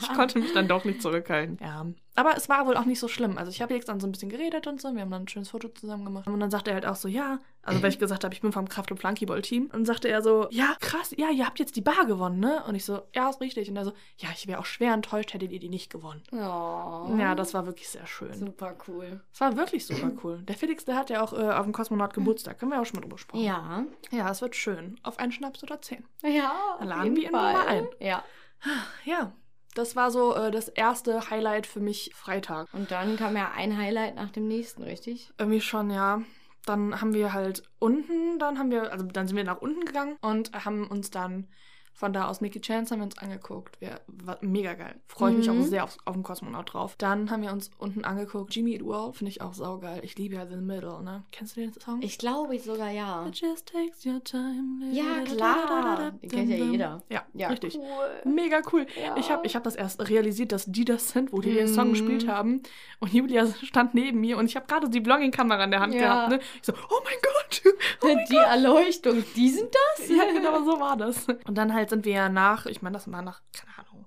ich konnte mich dann doch nicht zurückhalten. Ja. Aber es war wohl auch nicht so schlimm. Also ich habe jetzt dann so ein bisschen geredet und so. Wir haben dann ein schönes Foto zusammen gemacht. Und dann sagte er halt auch so, ja, also weil ich gesagt habe, ich bin vom Kraft- und Flankyball-Team. Und sagte er so, ja, krass, ja, ihr habt jetzt die Bar gewonnen, ne? Und ich so, ja, ist richtig. Und er so, ja, ich wäre auch schwer enttäuscht, hättet ihr die nicht gewonnen.
oh.
Ja, das war wirklich sehr schön.
super cool.
Es war wirklich super cool. Der Felix, der hat ja auch äh, auf dem Kosmonaut Geburtstag. Können wir auch schon mal drüber sprechen.
Ja.
Ja, es wird schön. Auf einen Schnaps oder zehn.
Ja.
Dann
auf
laden
jeden
wir ihn doch mal
Fall.
ein.
Ja.
Ja, das war so äh, das erste Highlight für mich Freitag.
Und dann kam ja ein Highlight nach dem nächsten, richtig?
Irgendwie schon, ja. Dann haben wir halt unten, dann haben wir, also dann sind wir nach unten gegangen und haben uns dann von da aus Mickey Chance haben wir uns angeguckt. Wir, war mega geil. Freue ich mich
Mhm.
auch sehr auf, auf den Kosmonaut drauf. Dann haben wir uns unten angeguckt. Jimmy Eat World finde ich auch saugeil. Ich liebe ja The Middle, ne? Kennst du den Song?
Ich glaube sogar ja.
It just takes your time.
Ja, klar. Den kennt ja jeder.
Ja,
Ja.
richtig.
Cool.
Mega cool.
Ja.
Ich habe ich hab das erst realisiert, dass die das sind, wo die ihren
Mhm.
Song gespielt haben. Und Julia stand neben mir und ich habe gerade die Vlogging-Kamera in der Hand
Ja.
gehabt. Ne? Ich so, oh mein Gott.
die Erleuchtung, die sind das?
ja, genau so war das. Und dann halt sind wir ja nach, ich meine, das war nach, keine Ahnung.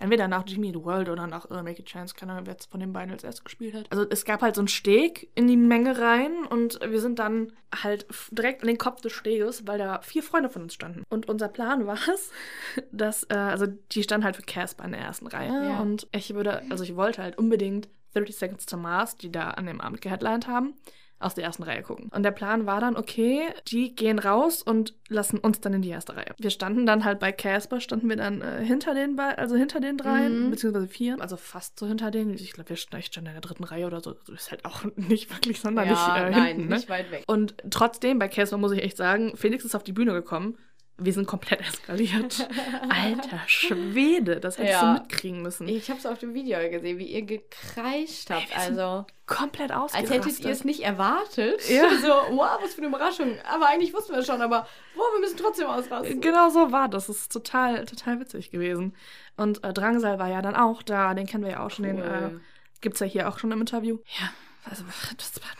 Entweder nach Jimmy the World oder nach äh, Make a Chance, keine Ahnung, wer jetzt von den beiden als erst gespielt hat. Also es gab halt so einen Steg in die Menge rein und wir sind dann halt f- direkt an den Kopf des Steges, weil da vier Freunde von uns standen. Und unser Plan war es, dass, äh, also die standen halt für Casper in der ersten Reihe
Ja.
und ich würde, also ich wollte halt unbedingt 30 Seconds to Mars, die da an dem Abend geheadlined haben, aus der ersten Reihe gucken. Und der Plan war dann, okay, die gehen raus und lassen uns dann in die erste Reihe. Wir standen dann halt bei Casper, standen wir dann äh, hinter den bei, also hinter den dreien,
Mhm.
beziehungsweise vier, also fast so hinter denen. Ich glaube, wir st- ich stand in der dritten Reihe oder so. Das ist halt auch nicht wirklich sonderlich
ja,
äh,
nein,
hinten, ne?
nicht weit weg.
Und trotzdem, bei Casper muss ich echt sagen, Felix ist auf die Bühne gekommen. wir sind komplett eskaliert. Alter Schwede, das hättest
Ja.
du mitkriegen müssen.
Ich hab's auf dem Video gesehen, wie ihr gekreischt habt.
Ey, wir sind
also,
komplett
als
ausgerastet.
hättet ihr es nicht erwartet.
Ja.
So, wow, was für eine Überraschung. Aber eigentlich wussten wir schon, aber wow, wir müssen trotzdem ausrasten.
Genau so war das. Das ist total, total witzig gewesen. Und äh, Drangsal war ja dann auch da. Den kennen wir ja auch schon. Den äh,
Cool.
gibt's ja hier auch schon im Interview. Ja, also das war,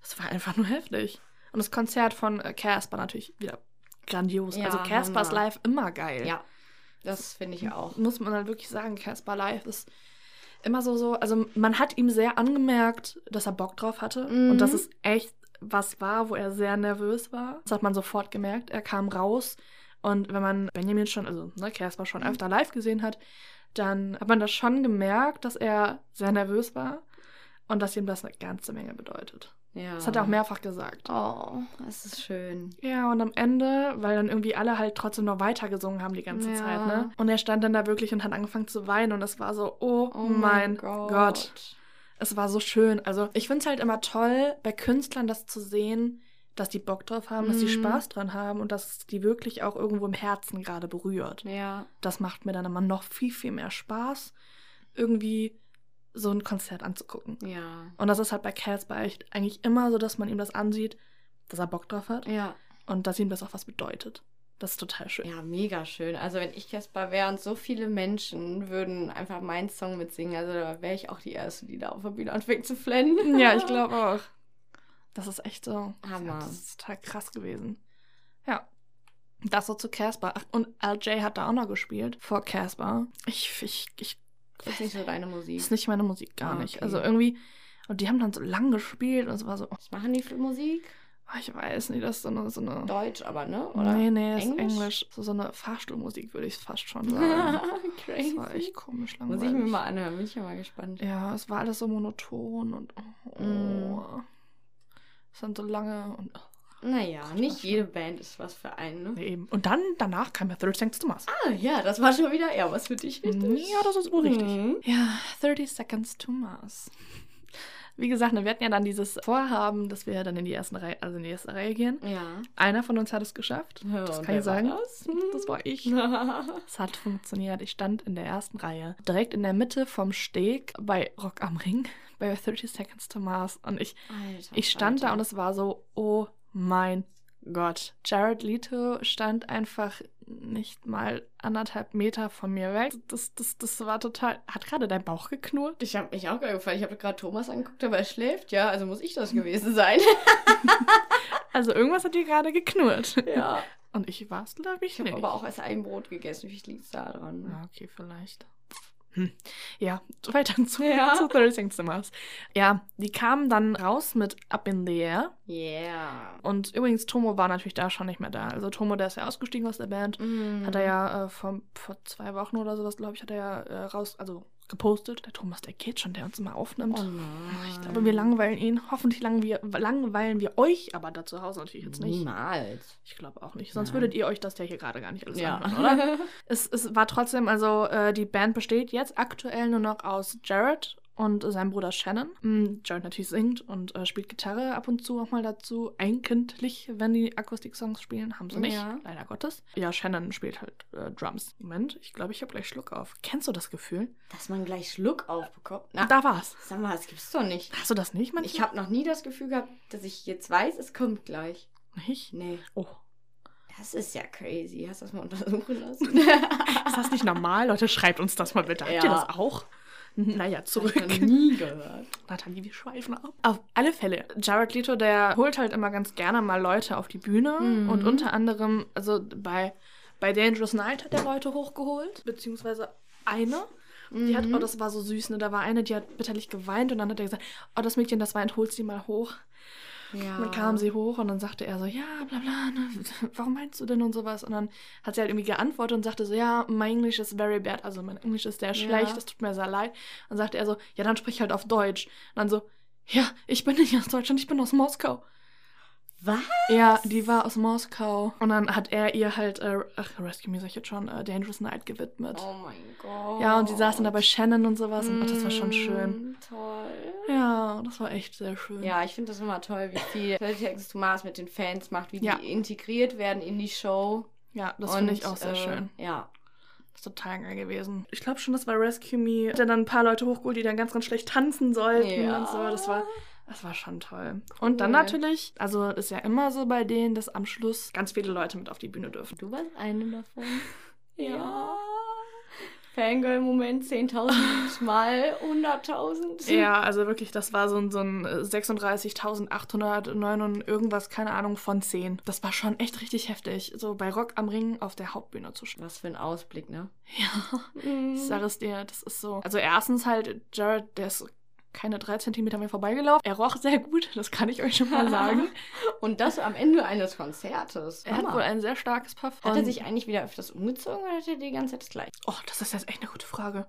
das war einfach nur heftig. Und das Konzert von äh, Casper natürlich wieder grandios.
Ja,
also Casper ist
Hammer.
live immer geil.
Ja, das finde ich auch.
Muss man halt wirklich sagen, Casper live ist immer so, so. Also man hat ihm sehr angemerkt, dass er Bock drauf hatte.
Mhm.
Und dass es echt was war, wo er sehr nervös war. Das hat man sofort gemerkt. Er kam raus. Und wenn man Benjamin schon, also ne, Casper schon öfter live gesehen hat, dann hat man das schon gemerkt, dass er sehr nervös war und dass ihm das eine ganze Menge bedeutet.
Ja.
Das hat er auch mehrfach gesagt.
Oh, das ist schön.
Ja, und am Ende, weil dann irgendwie alle halt trotzdem noch weitergesungen haben die ganze
Ja.
Zeit, ne? Und er stand dann da wirklich und hat angefangen zu weinen und es war so, oh,
Oh
mein Gott. Es war so schön. Also ich finde es halt immer toll, bei Künstlern das zu sehen, dass die Bock drauf haben, dass die
Mhm.
Spaß dran haben und dass die wirklich auch irgendwo im Herzen gerade berührt.
Ja.
Das macht mir dann immer noch viel, viel mehr Spaß, irgendwie so ein Konzert anzugucken.
Ja.
Und das ist halt bei Casper echt eigentlich immer so, dass man ihm das ansieht, dass er Bock drauf hat
Ja.
und dass ihm das auch was bedeutet. Das ist total schön.
Ja, mega schön. Also wenn ich Casper wäre und so viele Menschen würden einfach meinen Song mitsingen, also da wäre ich auch die Erste, die da auf der Bühne anfängt zu flennen.
Ja, ich glaube auch. Das ist echt so.
Hammer.
Das ist total krass gewesen. Ja. Das so zu Casper. Ach, und LJ hat da auch noch gespielt. Vor Casper. Ich, ich, ich.
Das ist nicht so deine Musik.
Ist nicht meine Musik, gar
Ah,
nicht.
okay.
Also irgendwie. Und die haben dann so lang gespielt und es war so,
Was machen die für Musik?
oh, ich weiß nicht, das ist so eine. So eine
Deutsch aber, ne? Oder?
nee, nee, ist
Englisch?
Englisch. So, so eine Fahrstuhlmusik würde ich es fast schon sagen. das war
Crazy.
echt komisch
Muss
langweilig.
ich mir mal anhören, bin ich ja mal gespannt.
Ja, es war alles so monoton und oh,
Mm.
es sind so lange und oh,
Naja, nicht jede Band ist was für einen, ne?
nee, eben. Und dann danach kam ja Third Seconds to Mars.
Ah, ja, das war schon wieder eher was für dich, richtig?
Ja, das ist wohl richtig.
Mhm.
Ja, 30 Seconds to Mars. Wie gesagt, ne, wir hatten ja dann dieses Vorhaben, dass wir dann in die ersten Reihe, also in die erste Reihe gehen.
Ja.
Einer von uns hat es geschafft.
Ja,
Das
und
kann Mhm. ich
wer
sagen.
War das?
Das war ich.
war
Es hat funktioniert. Ich stand in der ersten Reihe, direkt in der Mitte vom Steg bei Rock am Ring, bei 30 Seconds to Mars. Und ich
Alter,
Ich stand da
Falter.
und es war so, oh mein Gott. Jared Leto stand einfach nicht mal anderthalb Meter von mir weg. Das, das, das war total. Hat gerade dein Bauch geknurrt?
Ich habe mich auch gerade gefragt. Ich habe gerade Thomas angeguckt, aber er schläft. Ja, also muss ich das gewesen sein.
Also irgendwas hat dir gerade geknurrt.
ja.
Und ich war es, glaube ich,
Ich habe
nicht.
aber auch erst ein Brot gegessen. Wie liegt da dran?
Ja, okay, vielleicht. Hm. Ja, weiter zu,
Ja.
zu 30 Seconds to Mars. Ja, die kamen dann raus mit Up in the Air.
Yeah.
Und übrigens, Tomo war natürlich da schon nicht mehr da. Also Tomo, der ist ja ausgestiegen aus der Band.
Mm.
Hat
Mhm.
er ja äh, vor, vor zwei Wochen oder sowas, glaube ich, hat er ja äh, raus, also gepostet. Der Thomas, der geht schon, der uns immer aufnimmt.
Oh nein.
ich glaube, wir langweilen ihn. Hoffentlich langen wir, langweilen wir euch, aber da zu Hause natürlich jetzt nicht.
Niemals.
Ich glaube auch nicht. Sonst
Ja.
würdet ihr euch das ja hier gerade gar nicht alles
Ja,
anhören, oder?
oder?
Es, es war trotzdem, also äh, die Band besteht jetzt aktuell nur noch aus Jared und seinem Bruder Shannon. Mm, Jared natürlich singt und äh, spielt Gitarre ab und zu auch mal dazu. Einkindlich, wenn die Akustik-Songs spielen, haben sie nicht,
Ja.
leider Gottes. Ja, Shannon spielt halt äh, Drums. Moment, ich glaube, ich habe gleich Schluck auf. Kennst du das Gefühl?
Dass man gleich Schluck aufbekommt. Na,
Da war's.
sag mal, das gibt's doch nicht.
Hast du das nicht manchmal?
Ich habe noch nie das Gefühl gehabt, dass ich jetzt weiß, es kommt gleich.
nicht.
Nee.
Oh,
Das ist ja crazy. Hast du das mal untersuchen lassen?
ist das nicht normal? Leute, schreibt uns das mal bitte. Habt ihr
Ja. Mhm.
das auch? Naja, zurück.
Hab ich noch nie gehört.
Nathalie, wir schweifen ab. Auf alle Fälle. Jared Leto, der holt halt immer ganz gerne mal Leute auf die Bühne.
Mhm.
Und unter anderem, also bei, bei Dangerous Night hat er Leute hochgeholt. Beziehungsweise eine. Die
Mhm.
hat, oh, das war so süß, ne? Da war eine, die hat bitterlich geweint und dann hat er gesagt, oh, das Mädchen, das weint, holt sie mal hoch.
ja.
Und dann
Ah.
kam sie hoch und dann sagte er so, ja, bla bla, ne, warum meinst du denn und sowas? Und dann hat sie halt irgendwie geantwortet und sagte so, ja, mein Englisch ist very bad, also mein Englisch ist sehr schlecht, das tut mir sehr leid. Und dann sagte er so, ja, dann sprich halt auf Deutsch. Und dann so, ja, ich bin nicht aus Deutschland, ich bin aus Moskau.
Was?
Ja, die war aus Moskau. Und dann hat er ihr halt, äh, ach, Rescue Me sag ich jetzt schon, äh, Dangerous Night gewidmet.
Oh mein Gott.
Ja, und sie saß dann da bei Shannon und sowas und ach, das war schon schön.
Oh. Mm, Toll.
Ja, das war echt sehr schön.
Ja, ich finde das immer toll, wie viel Text to Mars mit den Fans macht, wie
Ja.
die integriert werden in die Show.
Ja, das finde
Und,
ich auch sehr
äh,
schön.
Ja.
Das ist total geil gewesen. Ich glaube schon, das war Rescue Me. Hat er dann ein paar Leute hochgeholt, die dann ganz, ganz schlecht tanzen sollten
ja.
und so. Das war, das war schon toll. Und dann
Cool.
natürlich, also ist ja immer so bei denen, dass am Schluss ganz viele Leute mit auf die Bühne dürfen.
Du warst eine davon.
Ja.
Fangirl-Moment 10.000 mal 100.000.
Ja, also wirklich, das war so ein, so ein 36.809 und irgendwas, keine Ahnung, von 10. Das war schon echt richtig heftig, so bei Rock am Ring auf der Hauptbühne zu stehen.
Was für ein Ausblick, ne?
Ja,
Mhm.
ich sage es dir, das ist so. Also erstens halt, Jared, der ist keine drei Zentimeter mehr vorbeigelaufen. Er roch sehr gut, das kann ich euch schon mal sagen.
Und das am Ende eines Konzertes.
er hat
Hammer.
wohl ein sehr starkes Puff.
Hat er sich eigentlich wieder öfters umgezogen oder hat er die ganze Zeit das gleiche?
Oh, das ist jetzt echt eine gute Frage.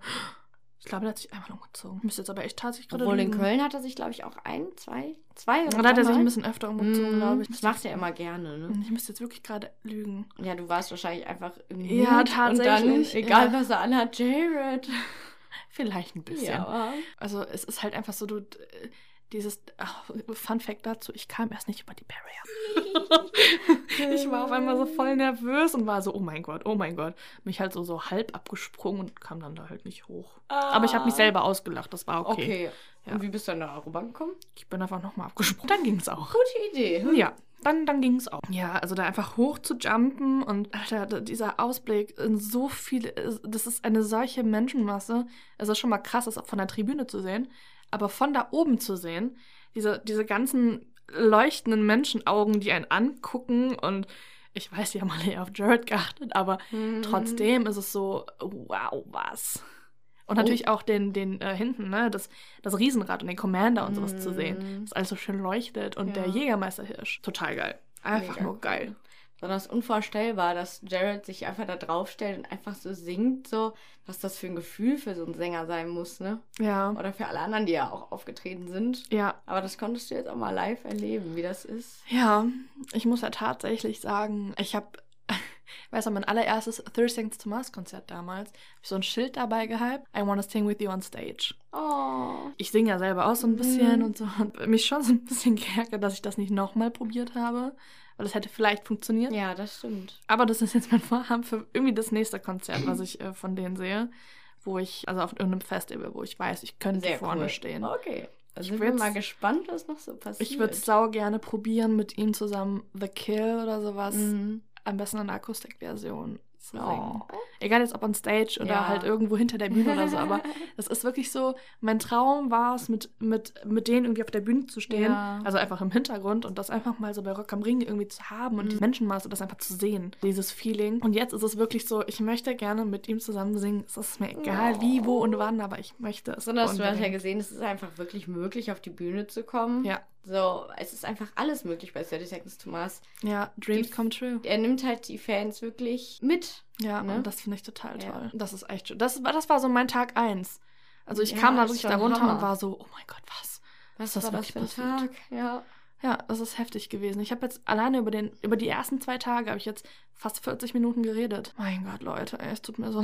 Ich glaube, der hat sich einmal umgezogen. Müsste jetzt aber echt tatsächlich gerade
Obwohl in
lügen.
Köln hat er sich, glaube ich, auch ein, zwei, zwei oder
Oder hat er sich ein
dreimal- Mm,
bisschen öfter umgezogen, glaube ich.
Mhm. Das macht er immer gerne, ne?
Ich müsste jetzt wirklich gerade lügen.
Ja, du warst wahrscheinlich einfach im
Ja,
Mut
tatsächlich,
Und dann, egal
ja.
was er anhat, Jared.
Vielleicht ein bisschen.
Ja, aber
Also es ist halt einfach so, du äh, dieses ach, Fun Fact dazu, ich kam erst nicht über die Barrier. ich war auf einmal so voll nervös und war so, oh mein Gott, oh mein Gott. Mich halt so, so halb abgesprungen und kam dann da halt nicht hoch. Aber ich habe mich selber ausgelacht, das war okay.
Ah. Okay.
Ja.
Und wie bist du dann da rübergekommen?
Ich bin einfach nochmal abgesprungen. Dann ging's auch.
Gute Idee.
Hm. Ja, dann, dann ging's auch. Ja, also da einfach hoch zu jumpen und Alter, da- dieser Ausblick in so viele, das ist eine solche Menschenmasse. Es ist schon mal krass, das von der Tribüne zu sehen, aber von da oben zu sehen, diese, diese ganzen leuchtenden Menschenaugen, die einen angucken und ich weiß, die haben alle eher auf Jared geachtet, aber
Hm. Mhm.
Trotzdem ist es so, wow, was. Und natürlich auch den, den äh, hinten, ne, das, das Riesenrad und den Commander und um sowas zu sehen.
Mhm.
Das alles so also schön leuchtet und der
Ja.
Jägermeisterhirsch. Total geil. Einfach
Mega
nur
cool.
geil.
Besonders unvorstellbar, dass Jared sich einfach da draufstellt und einfach so singt, so, was das für ein Gefühl für so einen Sänger sein muss, ne?
Ja.
Oder für alle anderen, die ja auch aufgetreten sind.
Ja.
Aber das konntest du jetzt auch mal live erleben, wie das ist.
Ja, ich muss ja tatsächlich sagen, ich habe, weiß noch, mein allererstes Thursday Things to Mars Konzert damals, hab ich so ein Schild dabei gehabt, I wanna sing with you on stage.
Oh.
Ich singe ja selber auch so ein bisschen
Mhm.
und so. Und mich schon so ein bisschen geärgert, dass ich das nicht nochmal probiert habe. Weil das hätte vielleicht funktioniert.
Ja, das stimmt.
Aber das ist jetzt mein Vorhaben für irgendwie das nächste Konzert, was ich äh, von denen sehe, wo ich, also auf irgendeinem Festival, wo ich weiß, ich könnte vorne stehen.
Okay.
Ich
Also sind wir
würd's-
mal gespannt, was noch so passiert.
Ich würde sau gerne probieren, mit ihm zusammen The Kill oder sowas,
Mhm.
am besten in der Akustikversion zu singen.
Oh.
Egal jetzt ob on Stage oder
Ja.
halt irgendwo hinter der Bühne oder so, aber das ist wirklich so, mein Traum war es, mit, mit, mit denen irgendwie auf der Bühne zu stehen,
Ja.
also einfach im Hintergrund und das einfach mal so bei Rock am Ring irgendwie zu haben und
Mhm.
die Menschenmaße, das einfach zu sehen, dieses Feeling. Und jetzt ist es wirklich so, ich möchte gerne mit ihm zusammen singen, es ist mir egal
Oh.
wie, wo und wann, aber ich möchte es.
Besonders, du hast ja
unbedingt.
gesehen, es ist einfach wirklich möglich, auf die Bühne zu kommen.
Ja.
So, es ist einfach alles möglich bei 30 Seconds to Mars.
Ja, Dreams
Die-
come true.
Er nimmt halt die Fans wirklich mit.
Ja,
Ne?
und das finde ich total
Ja.
toll. Das ist echt schön. Das, war- das war so mein Tag eins. Also ich
Ja,
kam da
ist
wirklich
schon
da runter
Hammer.
und war so, oh mein Gott, was?
Was
Das
war das
wirklich
für ein Tag?
passiert.
Ja.
Ja, das ist heftig gewesen. Ich habe jetzt alleine über, den, über die ersten zwei Tage, habe ich jetzt fast 40 Minuten geredet. Mein Gott, Leute, ey, es tut mir so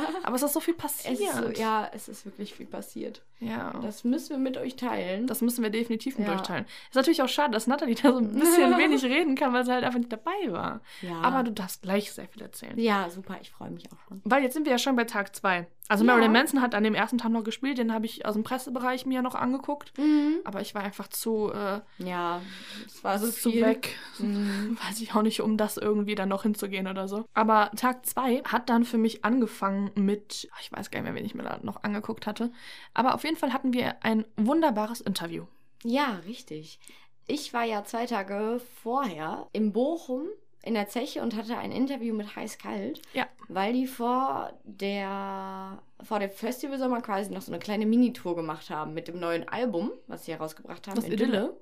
leid. Aber es ist so viel passiert. Oh.
es ist so, ja, es ist wirklich viel passiert.
ja. Das,
Das müssen wir mit euch teilen.
müssen wir definitiv mit
Ja.
euch teilen. Ist natürlich auch schade, dass Natalie da so ein bisschen wenig reden kann, weil sie halt einfach nicht dabei war.
ja.
Aber du darfst gleich sehr viel erzählen.
ja, super, ich freue mich auch schon.
Weil jetzt sind wir ja schon bei Tag zwei. Also
Ja.
Marilyn Manson hat an dem ersten Tag noch gespielt, den habe ich aus dem Pressebereich mir noch angeguckt.
Mhm.
Aber ich war einfach zu, äh,
Ja, es war so
zu
Also viel.
weg.
Mhm.
Weiß ich auch nicht, um das irgendwie dann noch hinzugehen oder so. Aber Tag zwei hat dann für mich angefangen mit, ich weiß gar nicht mehr, wen ich mir da noch angeguckt hatte. Aber auf jeden Fall hatten wir ein wunderbares Interview.
Ja, richtig. Ich war ja zwei Tage vorher in Bochum in der Zeche und hatte ein Interview mit Heiß Kalt,
Ja.
weil die vor der vor dem Festivalsommer quasi noch so eine kleine Minitour gemacht haben mit dem neuen Album, was sie herausgebracht haben.
Das
in
Idylle.
Dülle.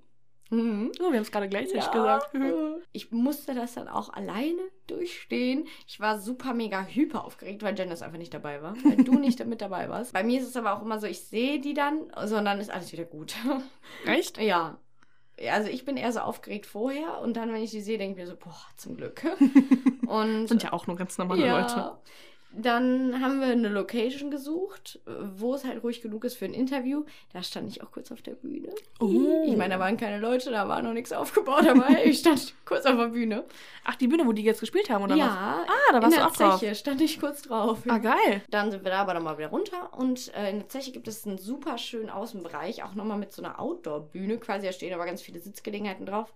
Mhm.
Oh, wir haben es gerade gleichzeitig
Ja.
gesagt.
Ich musste das dann auch alleine durchstehen. Ich war super mega hyper aufgeregt, weil Janice einfach nicht dabei war, weil du nicht mit dabei warst. Bei mir ist es aber auch immer so, ich sehe die dann, sondern ist alles wieder gut.
Echt?
Ja. Ja, Also ich bin eher so aufgeregt vorher und dann, wenn ich die sehe, denke ich mir so, boah, zum Glück. und
Sind ja auch nur ganz normale Leute.
Dann haben wir eine Location gesucht, äh, wo es halt ruhig genug ist für ein Interview. Da stand ich auch kurz auf der Bühne.
Oh.
Ich meine, da waren keine Leute, da war noch nichts aufgebaut, aber ich stand kurz auf der Bühne.
Ach, die Bühne, wo die jetzt gespielt haben, oder was?
ja,
Ah, da
in
warst du
der
auch drauf.
Zeche stand ich kurz drauf.
Ah, geil.
Dann sind wir da aber nochmal wieder runter und äh, in der Zeche gibt es einen super schönen Außenbereich, auch nochmal mit so einer Outdoor-Bühne quasi. Da stehen aber ganz viele Sitzgelegenheiten drauf.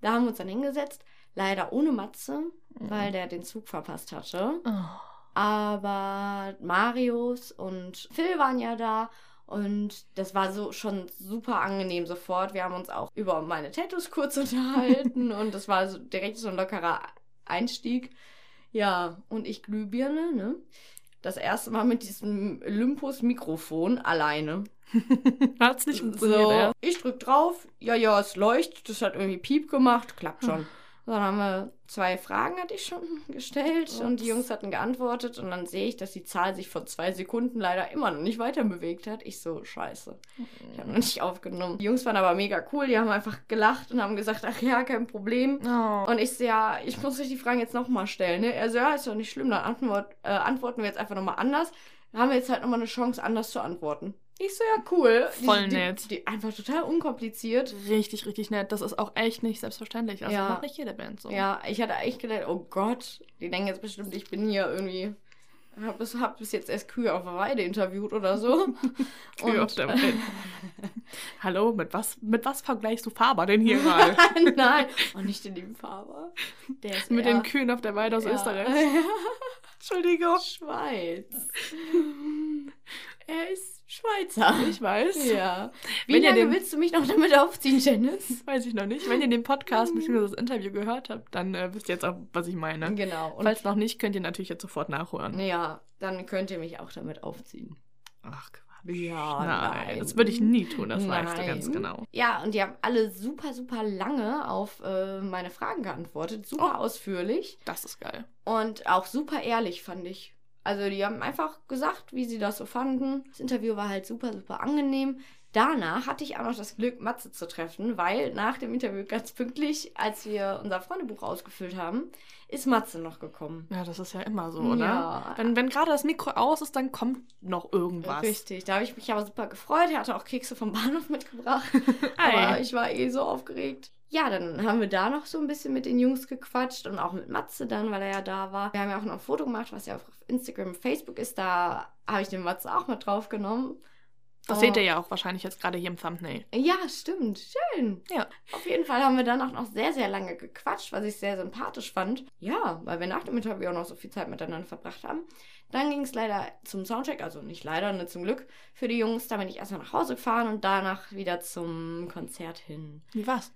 Da haben wir uns dann hingesetzt, leider ohne Matze,
Mhm.
weil der den Zug verpasst hatte.
Oh.
Aber Marius und Phil waren ja da und das war so schon super angenehm sofort. Wir haben uns auch über meine Tattoos kurz unterhalten und das war so direkt so ein lockerer Einstieg. Ja, und ich Glühbirne, ne? Das erste Mal mit diesem Olympus-Mikrofon alleine.
Hat's nicht funktioniert,
so,
ja.
ich drück drauf, ja, ja, es leuchtet, das hat irgendwie Piep gemacht, klappt schon. Dann haben wir zwei Fragen, hatte ich schon gestellt und die
Ups.
Jungs hatten geantwortet und dann sehe ich, dass die Zahl sich von zwei Sekunden leider immer noch nicht weiter bewegt hat. Ich so, scheiße, ich habe noch nicht aufgenommen. Die Jungs waren aber mega cool, die haben einfach gelacht und haben gesagt, ach ja, kein Problem.
Oh.
Und ich so, ja, ich muss euch die Fragen jetzt nochmal stellen. Ne? Er so, ja, ist doch nicht schlimm, dann antwort, äh, antworten wir jetzt einfach nochmal anders. Dann haben wir jetzt halt nochmal eine Chance, anders zu antworten. Ich so, ja, cool.
Voll
die, die,
nett.
Die, einfach total unkompliziert.
Richtig, richtig nett. Das ist auch echt nicht selbstverständlich. Also
Ja.
macht nicht jede Band so.
Ja, ich hatte echt gedacht, oh Gott, die denken jetzt bestimmt, ich bin hier irgendwie... Hab bis, hab bis jetzt erst Kühe auf der Weide interviewt oder so.
Kühe auf der Weide. Hallo, mit was, mit was vergleichst du Faber denn hier gerade?
Weide. Nein, und nicht den lieben Faber. Der ist
Mit
eher-
den Kühen auf der Weide aus
Ja.
Österreich. Entschuldigung.
Schweiz. er ist Schweizer.
Ich weiß.
Ja. Wie
Wenn ihr
lange
den-
willst du mich noch damit aufziehen, Janice?
Weiß ich noch nicht. Wenn ihr den Podcast bzw. das Interview gehört habt, dann äh, wisst ihr jetzt auch, was ich meine.
Genau. Und
Falls noch nicht, könnt ihr natürlich jetzt sofort nachhören.
ja, dann könnt ihr mich auch damit aufziehen.
Ach Quatsch.
Ja,
Oh Nein, das würde ich nie tun, das weißt du
Nein.
ganz genau.
Ja, und die haben alle super, super lange auf äh, meine Fragen geantwortet.
Oh.
Super ausführlich
Das ist geil.
und auch super ehrlich, fand ich. Also, die haben einfach gesagt, wie sie das so fanden. Das Interview war halt super, super angenehm. Danach hatte ich auch noch das Glück, Matze zu treffen, weil nach dem Interview ganz pünktlich, als wir unser Freundebuch ausgefüllt haben, ist Matze noch gekommen.
Ja, das ist ja immer so, ne? oder?
Ja.
Wenn, wenn gerade das Mikro aus ist, dann kommt noch irgendwas.
Richtig, da habe ich mich aber super gefreut. Er hatte auch Kekse vom Bahnhof mitgebracht.
Ei.
aber ich war eh so aufgeregt. Ja, dann haben wir da noch so ein bisschen mit den Jungs gequatscht und auch mit Matze dann, weil er ja da war. Wir haben ja auch noch ein Foto gemacht, was ja auf Instagram und Facebook ist. Da habe ich den Matze auch mit draufgenommen.
Das
Oh.
seht ihr ja auch wahrscheinlich jetzt gerade hier im Thumbnail.
Ja, stimmt. Schön.
Ja.
Auf jeden Fall haben wir dann auch noch sehr, sehr lange gequatscht, was ich sehr sympathisch fand. Ja, weil wir nach dem Interview auch noch so viel Zeit miteinander verbracht haben. Dann ging es leider zum Soundcheck, also nicht leider, ne, zum Glück für die Jungs. Da bin ich erstmal nach Hause gefahren und danach wieder zum Konzert hin.
Wie war's?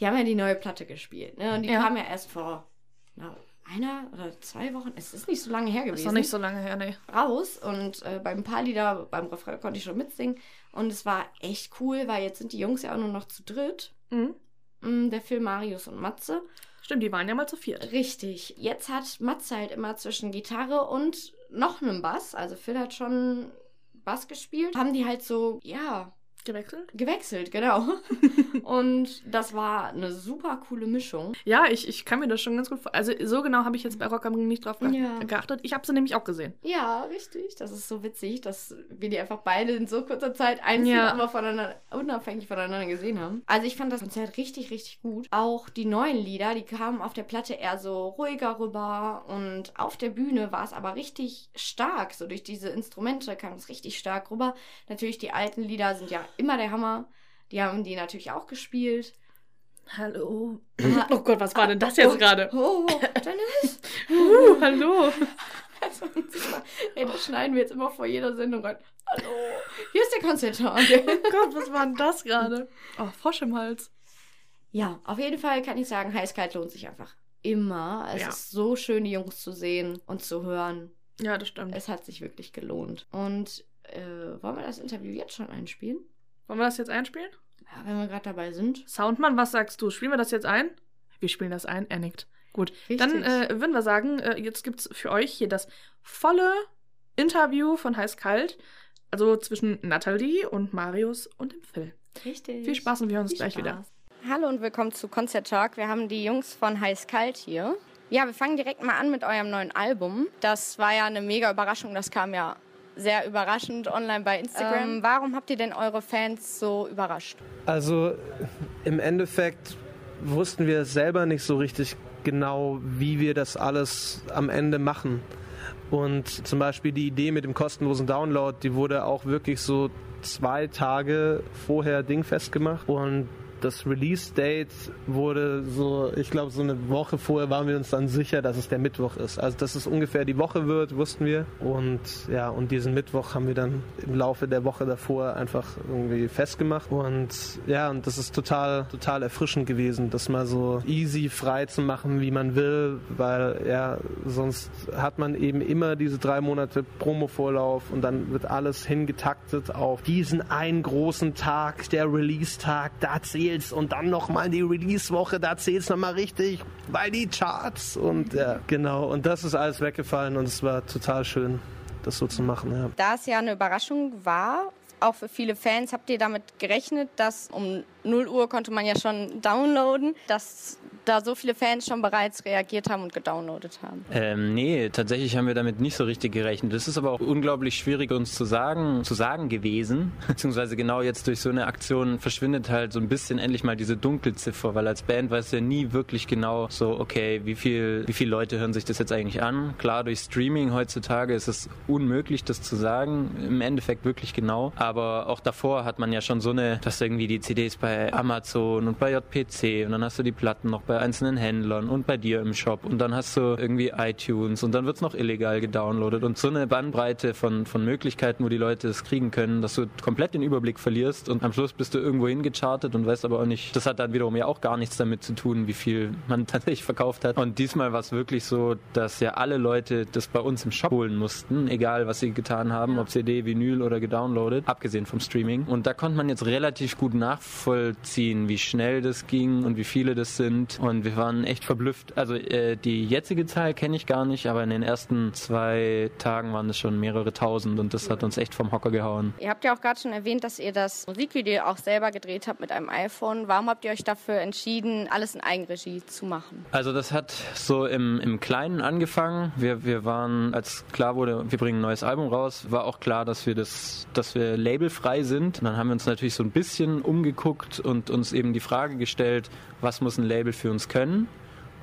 Die haben ja die neue Platte gespielt, ne? Und die
Ja.
kam ja erst vor na, einer oder zwei Wochen. Es ist nicht so lange her gewesen
Ist noch nicht so lange her, nee.
raus und äh, beim paar Lieder, beim Refrain konnte ich schon mitsingen und es war echt cool, weil jetzt sind die Jungs ja auch nur noch zu dritt.
Mhm.
Mm, Der Phil, Marius und Matze.
Stimmt, die waren ja mal zu viert.
Richtig. Jetzt hat Matze halt immer zwischen Gitarre und noch einem Bass, also Phil hat schon Bass gespielt, haben die halt so, ja,
Gewechselt?
gewechselt, genau. und das war eine super coole Mischung.
Ja, ich, ich kann mir das schon ganz gut vor. Also so genau habe ich jetzt bei Rock am Ring nicht drauf ge
Ja.
geachtet. Ich habe sie nämlich auch gesehen.
Ja, richtig. Das ist so witzig, dass wir die einfach beide in so kurzer Zeit einzeln,
Ja.
aber voneinander, unabhängig voneinander gesehen haben. Also ich fand das Konzert richtig, richtig gut. Auch die neuen Lieder, die kamen auf der Platte eher so ruhiger rüber und auf der Bühne war es aber richtig stark. So durch diese Instrumente kam es richtig stark rüber. Natürlich die alten Lieder sind ja immer der Hammer. Die haben die natürlich auch gespielt.
Hallo. Oh Gott, was war denn das jetzt gerade?
Oh, Dennis.
Uh, hallo.
Also, Ey, das schneiden wir jetzt immer vor jeder Sendung rein. Hallo, hier ist der Konzertant.
Oh Gott, was war denn das gerade? Oh, Frosch im Hals.
Ja, auf jeden Fall kann ich sagen, Heißkalt lohnt sich einfach immer. Es
Ja.
ist so schön, die Jungs zu sehen und zu hören.
Ja, das stimmt.
Es hat sich wirklich gelohnt. Und äh, wollen wir das Interview jetzt schon einspielen?
Wollen wir das jetzt einspielen?
Ja, wenn wir gerade dabei sind.
Soundmann, was sagst du? Spielen wir das jetzt ein? Wir spielen das ein. Er nickt. Gut.
Richtig.
Dann äh, würden wir sagen, äh, jetzt gibt's für euch hier das volle Interview von Heiß Kalt. Also zwischen Nathalie und Marius und dem Phil.
Richtig.
Viel Spaß und wir hören uns
Viel
gleich wieder.
Spaß. Hallo und willkommen zu Konzert Talk. Wir haben die Jungs von Heiß Kalt hier. Ja, wir fangen direkt mal an mit eurem neuen Album. Das war ja eine mega Überraschung. Das kam ja sehr überraschend online bei Instagram. Ähm, warum habt ihr denn eure Fans so überrascht?
Also im Endeffekt wussten wir selber nicht so richtig genau, wie wir das alles am Ende machen. Und zum Beispiel die Idee mit dem kostenlosen Download, die wurde auch wirklich so zwei Tage vorher dingfest gemacht. Und das Release-Date wurde so, ich glaube, so eine Woche vorher waren wir uns dann sicher, dass es der Mittwoch ist. Also, dass es ungefähr die Woche wird, wussten wir. Und ja, und diesen Mittwoch haben wir dann im Laufe der Woche davor einfach irgendwie festgemacht. Und ja, und das ist total, total erfrischend gewesen, das mal so easy frei zu machen, wie man will, weil ja, sonst hat man eben immer diese drei Monate Promo-Vorlauf und dann wird alles hingetaktet auf diesen einen großen Tag, der Release-Tag, da zählt und dann nochmal die Release-Woche, da zählt's nochmal richtig, weil die Charts und ja, genau. Und das ist alles weggefallen und es war total schön, das so zu machen. Ja.
Da es ja eine Überraschung war, auch für viele Fans, habt ihr damit gerechnet, dass um 0 Uhr konnte man ja schon downloaden, dass da so viele Fans schon bereits reagiert haben und gedownloadet haben?
Ähm, nee, tatsächlich haben wir damit nicht so richtig gerechnet. Das ist aber auch unglaublich schwierig uns zu sagen, zu sagen gewesen. Beziehungsweise genau jetzt durch so eine Aktion verschwindet halt so ein bisschen endlich mal diese Dunkelziffer, weil als Band weißt du ja nie wirklich genau so, okay, wie viel, wie viele Leute hören sich das jetzt eigentlich an? Klar, durch Streaming heutzutage ist es unmöglich, das zu sagen. Im Endeffekt wirklich genau. Aber auch davor hat man ja schon so eine, dass irgendwie die CDs bei Amazon und bei JPC und dann hast du die Platten noch bei bei einzelnen Händlern und bei dir im Shop und dann hast du irgendwie iTunes und dann wird es noch illegal gedownloadet und so eine Bandbreite von, von Möglichkeiten, wo die Leute es kriegen können, dass du komplett den Überblick verlierst und am Schluss bist du irgendwo hingechartet und weißt aber auch nicht, das hat dann wiederum ja auch gar nichts damit zu tun, wie viel man tatsächlich verkauft hat. Und diesmal war es wirklich so, dass ja alle Leute das bei uns im Shop holen mussten, egal was sie getan haben, ob CD, Vinyl oder gedownloadet, abgesehen vom Streaming. Und da konnte man jetzt relativ gut nachvollziehen, wie schnell das ging und wie viele das sind und wir waren echt verblüfft. Also äh, die jetzige Zahl kenne ich gar nicht, aber in den ersten zwei Tagen waren es schon mehrere tausend und das hat uns echt vom Hocker gehauen.
Ihr habt ja auch gerade schon erwähnt, dass ihr das Musikvideo auch selber gedreht habt mit einem iPhone. Warum habt ihr euch dafür entschieden, alles in Eigenregie zu machen?
Also das hat so im, im Kleinen angefangen. Wir, wir waren, als klar wurde, wir bringen ein neues Album raus, war auch klar, dass wir das, dass wir labelfrei sind. Und dann haben wir uns natürlich so ein bisschen umgeguckt und uns eben die Frage gestellt, was muss ein Label für uns können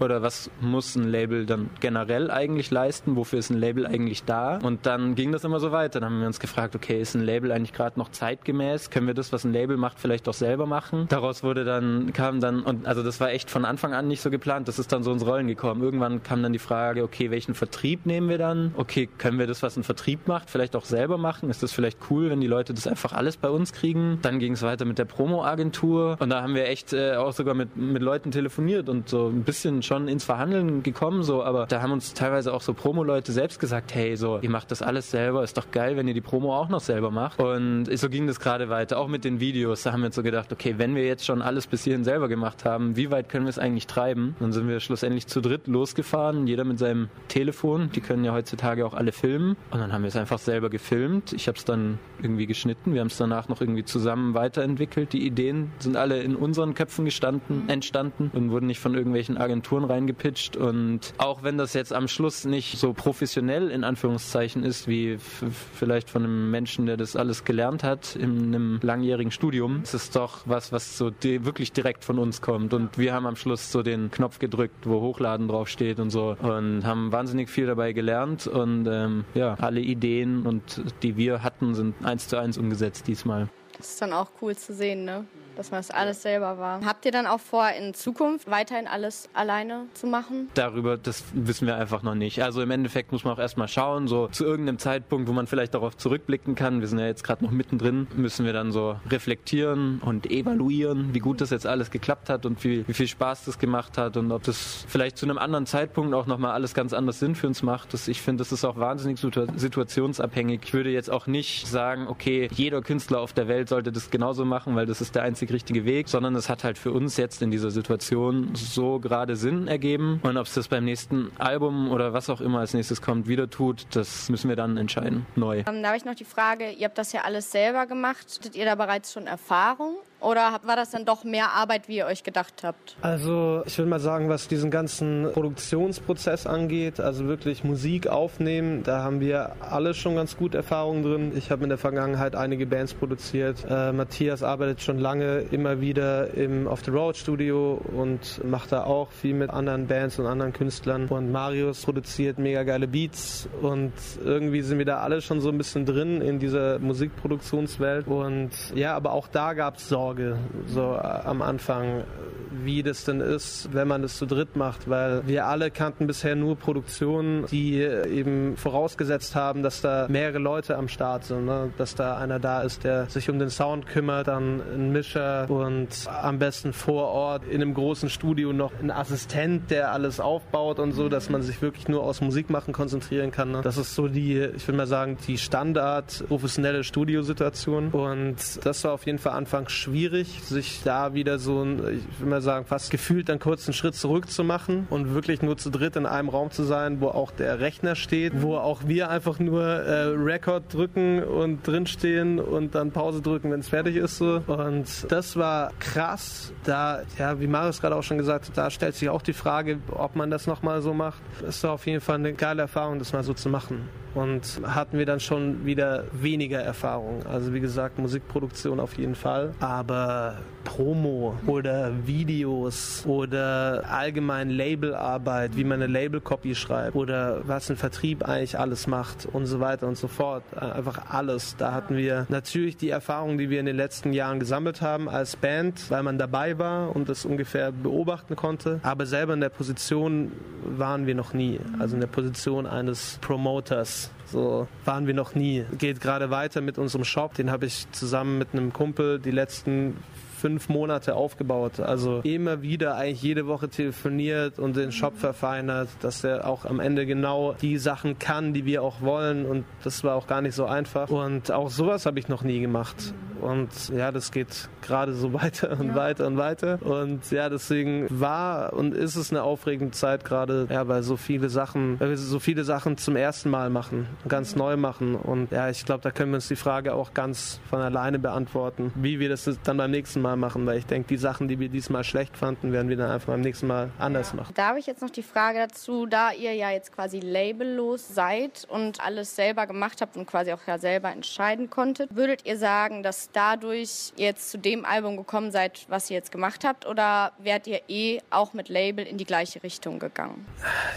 oder was muss ein Label dann generell eigentlich leisten, wofür ist ein Label eigentlich da und dann ging das immer so weiter, dann haben wir uns gefragt, okay, ist ein Label eigentlich gerade noch zeitgemäß, können wir das, was ein Label macht, vielleicht auch selber machen? Daraus wurde dann, kam dann, und also das war echt von Anfang an nicht so geplant, das ist dann so ins Rollen gekommen. Irgendwann kam dann die Frage, okay, welchen Vertrieb nehmen wir dann? Okay, können wir das, was ein Vertrieb macht, vielleicht auch selber machen? Ist das vielleicht cool, wenn die Leute das einfach alles bei uns kriegen? Dann ging es weiter mit der Promo-Agentur und da haben wir echt äh, auch sogar mit, mit Leuten telefoniert und so ein bisschen schon ins Verhandeln gekommen, so, aber da haben uns teilweise auch so Promo-Leute selbst gesagt, hey, so, ihr macht das alles selber, ist doch geil, wenn ihr die Promo auch noch selber macht. Und so ging das gerade weiter, auch mit den Videos. Da haben wir uns so gedacht, okay, wenn wir jetzt schon alles bis hierhin selber gemacht haben, wie weit können wir es eigentlich treiben? Dann sind wir schlussendlich zu dritt losgefahren, jeder mit seinem Telefon. Die können ja heutzutage auch alle filmen. Und dann haben wir es einfach selber gefilmt. Ich habe es dann irgendwie geschnitten. Wir haben es danach noch irgendwie zusammen weiterentwickelt. Die Ideen sind alle in unseren Köpfen gestanden, entstanden und wurden nicht von irgendwelchen Agenturen reingepitcht und auch wenn das jetzt am Schluss nicht so professionell in Anführungszeichen ist, wie vielleicht von einem Menschen, der das alles gelernt hat in einem langjährigen Studium, ist es doch was, was so di wirklich direkt von uns kommt und wir haben am Schluss so den Knopf gedrückt, wo Hochladen draufsteht und so und haben wahnsinnig viel dabei gelernt und ähm, ja, alle Ideen und die wir hatten, sind eins zu eins umgesetzt diesmal.
Das ist dann auch cool zu sehen, ne? dass man das alles selber war. Habt ihr dann auch vor, in Zukunft weiterhin alles alleine zu machen?
Darüber, das wissen wir einfach noch nicht. Also im Endeffekt muss man auch erstmal schauen, so zu irgendeinem Zeitpunkt, wo man vielleicht darauf zurückblicken kann, wir sind ja jetzt gerade noch mittendrin, müssen wir dann so reflektieren und evaluieren, wie gut das jetzt alles geklappt hat und wie, wie viel Spaß das gemacht hat und ob das vielleicht zu einem anderen Zeitpunkt auch nochmal alles ganz anders Sinn für uns macht. Das, ich finde, das ist auch wahnsinnig situationsabhängig. Ich würde jetzt auch nicht sagen, okay, jeder Künstler auf der Welt sollte das genauso machen, weil das ist der einzige richtige Weg, sondern es hat halt für uns jetzt in dieser Situation so gerade Sinn ergeben. Und ob es das beim nächsten Album oder was auch immer als nächstes kommt, wieder tut, das müssen wir dann entscheiden. Neu.
Ähm,
da habe ich noch die Frage, ihr habt das ja alles selber gemacht. Hattet ihr da bereits schon Erfahrung
Oder hab- war das dann doch mehr Arbeit, wie ihr euch gedacht habt?
Also ich würde mal sagen, was diesen ganzen Produktionsprozess angeht, also wirklich Musik aufnehmen, da haben wir alle schon ganz gut Erfahrungen drin. Ich habe in der Vergangenheit einige Bands produziert. Äh, Matthias arbeitet schon lange immer wieder im Off-the-Road-Studio und macht da auch viel mit anderen Bands und anderen Künstlern. Und Marius produziert mega geile Beats und irgendwie sind wir da alle schon so ein bisschen drin in dieser Musikproduktionswelt. Und ja, aber auch da gab es Sorge so äh, am Anfang wie das denn ist, wenn man das zu dritt macht, weil wir alle kannten bisher nur Produktionen, die eben vorausgesetzt haben, dass da mehrere Leute am Start sind, ne? dass da einer da ist, der sich um den Sound kümmert, dann ein Mischer und am besten vor Ort in einem großen Studio noch ein Assistent, der alles aufbaut und so, dass man sich wirklich nur aus Musik machen konzentrieren kann. Ne? Das ist so die, ich will mal sagen, die Standard professionelle Studiosituation und das war auf jeden Fall anfangs schwierig, sich da wieder so ein, ich will mal sagen, fast gefühlt dann kurz einen Schritt zurück zu machen und wirklich nur zu dritt in einem Raum zu sein, wo auch der Rechner steht, wo auch wir einfach nur äh, Record drücken und drinstehen und dann Pause drücken, wenn es fertig ist. So. Und das war krass. Da, ja, wie Marius gerade auch schon gesagt hat, da stellt sich auch die Frage, ob man das nochmal so macht. Es war auf jeden Fall eine geile Erfahrung, das mal so zu machen. Und hatten wir dann schon wieder weniger Erfahrung. Also wie gesagt, Musikproduktion auf jeden Fall. Aber Promo oder Videos oder allgemein Labelarbeit, wie man eine Label-Copy schreibt oder was ein Vertrieb eigentlich alles macht und so weiter und so fort. Äh, Einfach alles. Da hatten wir natürlich die Erfahrung, die wir in den letzten Jahren gesammelt haben als Band, weil man dabei war und das ungefähr beobachten konnte. Aber selber in der Position waren wir noch nie. Also in der Position eines Promoters. So waren wir noch nie. Geht gerade weiter mit unserem Shop. Den habe ich zusammen mit einem Kumpel die letzten fünf Monate aufgebaut. Also immer wieder eigentlich jede Woche telefoniert und den Shop verfeinert, dass er auch am Ende genau die Sachen kann, die wir auch wollen. Und das war auch gar nicht so einfach. Und auch sowas habe ich noch nie gemacht. Und ja, das geht gerade so weiter und weiter und weiter. Und ja, deswegen war und ist es eine aufregende Zeit gerade, ja, weil so viele Sachen, weil wir so viele Sachen zum ersten Mal machen, ganz neu machen. Und ja, ich glaube, da können wir uns die Frage auch ganz von alleine beantworten, wie wir das dann beim nächsten Mal machen, weil ich denke, die Sachen, die wir diesmal schlecht fanden, werden wir dann einfach beim nächsten Mal anders machen.
Da habe ich jetzt noch die Frage dazu, da ihr ja jetzt quasi labellos seid und alles selber gemacht habt und quasi auch ja selber entscheiden konntet, würdet ihr sagen, dass dadurch ihr jetzt zu dem Album gekommen seid, was ihr jetzt gemacht habt, oder wärt ihr eh auch mit Label in die gleiche Richtung gegangen?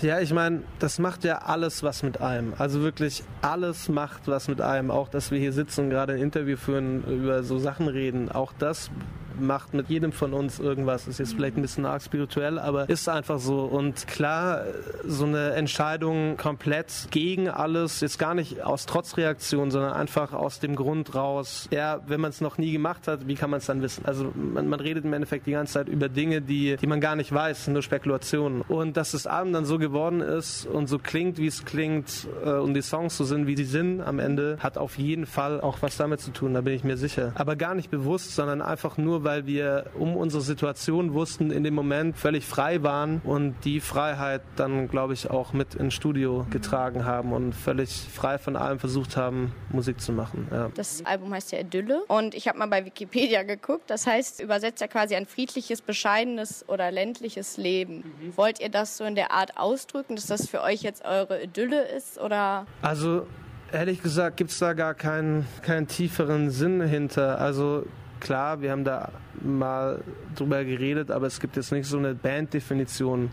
Ja, ich meine, das macht ja alles was mit einem. Also wirklich alles macht was mit einem. Auch, dass wir hier sitzen und gerade ein Interview führen, über so Sachen reden. Auch das macht mit jedem von uns irgendwas. Ist jetzt vielleicht ein bisschen arg spirituell, aber ist einfach so. Und klar, so eine Entscheidung komplett gegen alles, jetzt gar nicht aus Trotzreaktion, sondern einfach aus dem Grund raus, ja, wenn man es noch nie gemacht hat, wie kann man es dann wissen? Also man, man redet im Endeffekt die ganze Zeit über Dinge, die, die man gar nicht weiß, nur Spekulationen. Und dass das Album dann so geworden ist und so klingt, wie es klingt äh, und die Songs so sind, wie sie sind am Ende, hat auf jeden Fall auch was damit zu tun, da bin ich mir sicher. Aber gar nicht bewusst, sondern einfach nur, weil wir um unsere Situation wussten, in dem Moment völlig frei waren und die Freiheit dann, glaube ich, auch mit ins Studio getragen haben und völlig frei von allem versucht haben, Musik zu machen. Ja.
Das Album heißt ja Idylle und ich habe mal bei Wikipedia geguckt. Das heißt, übersetzt ja quasi ein friedliches, bescheidenes oder ländliches Leben. Wollt ihr das so in der Art ausdrücken, dass das für euch jetzt eure Idylle ist oder
Also ehrlich gesagt gibt's da gar keinen, keinen tieferen Sinn hinter. Also klar, wir haben da mal drüber geredet, aber es gibt jetzt nicht so eine Banddefinition.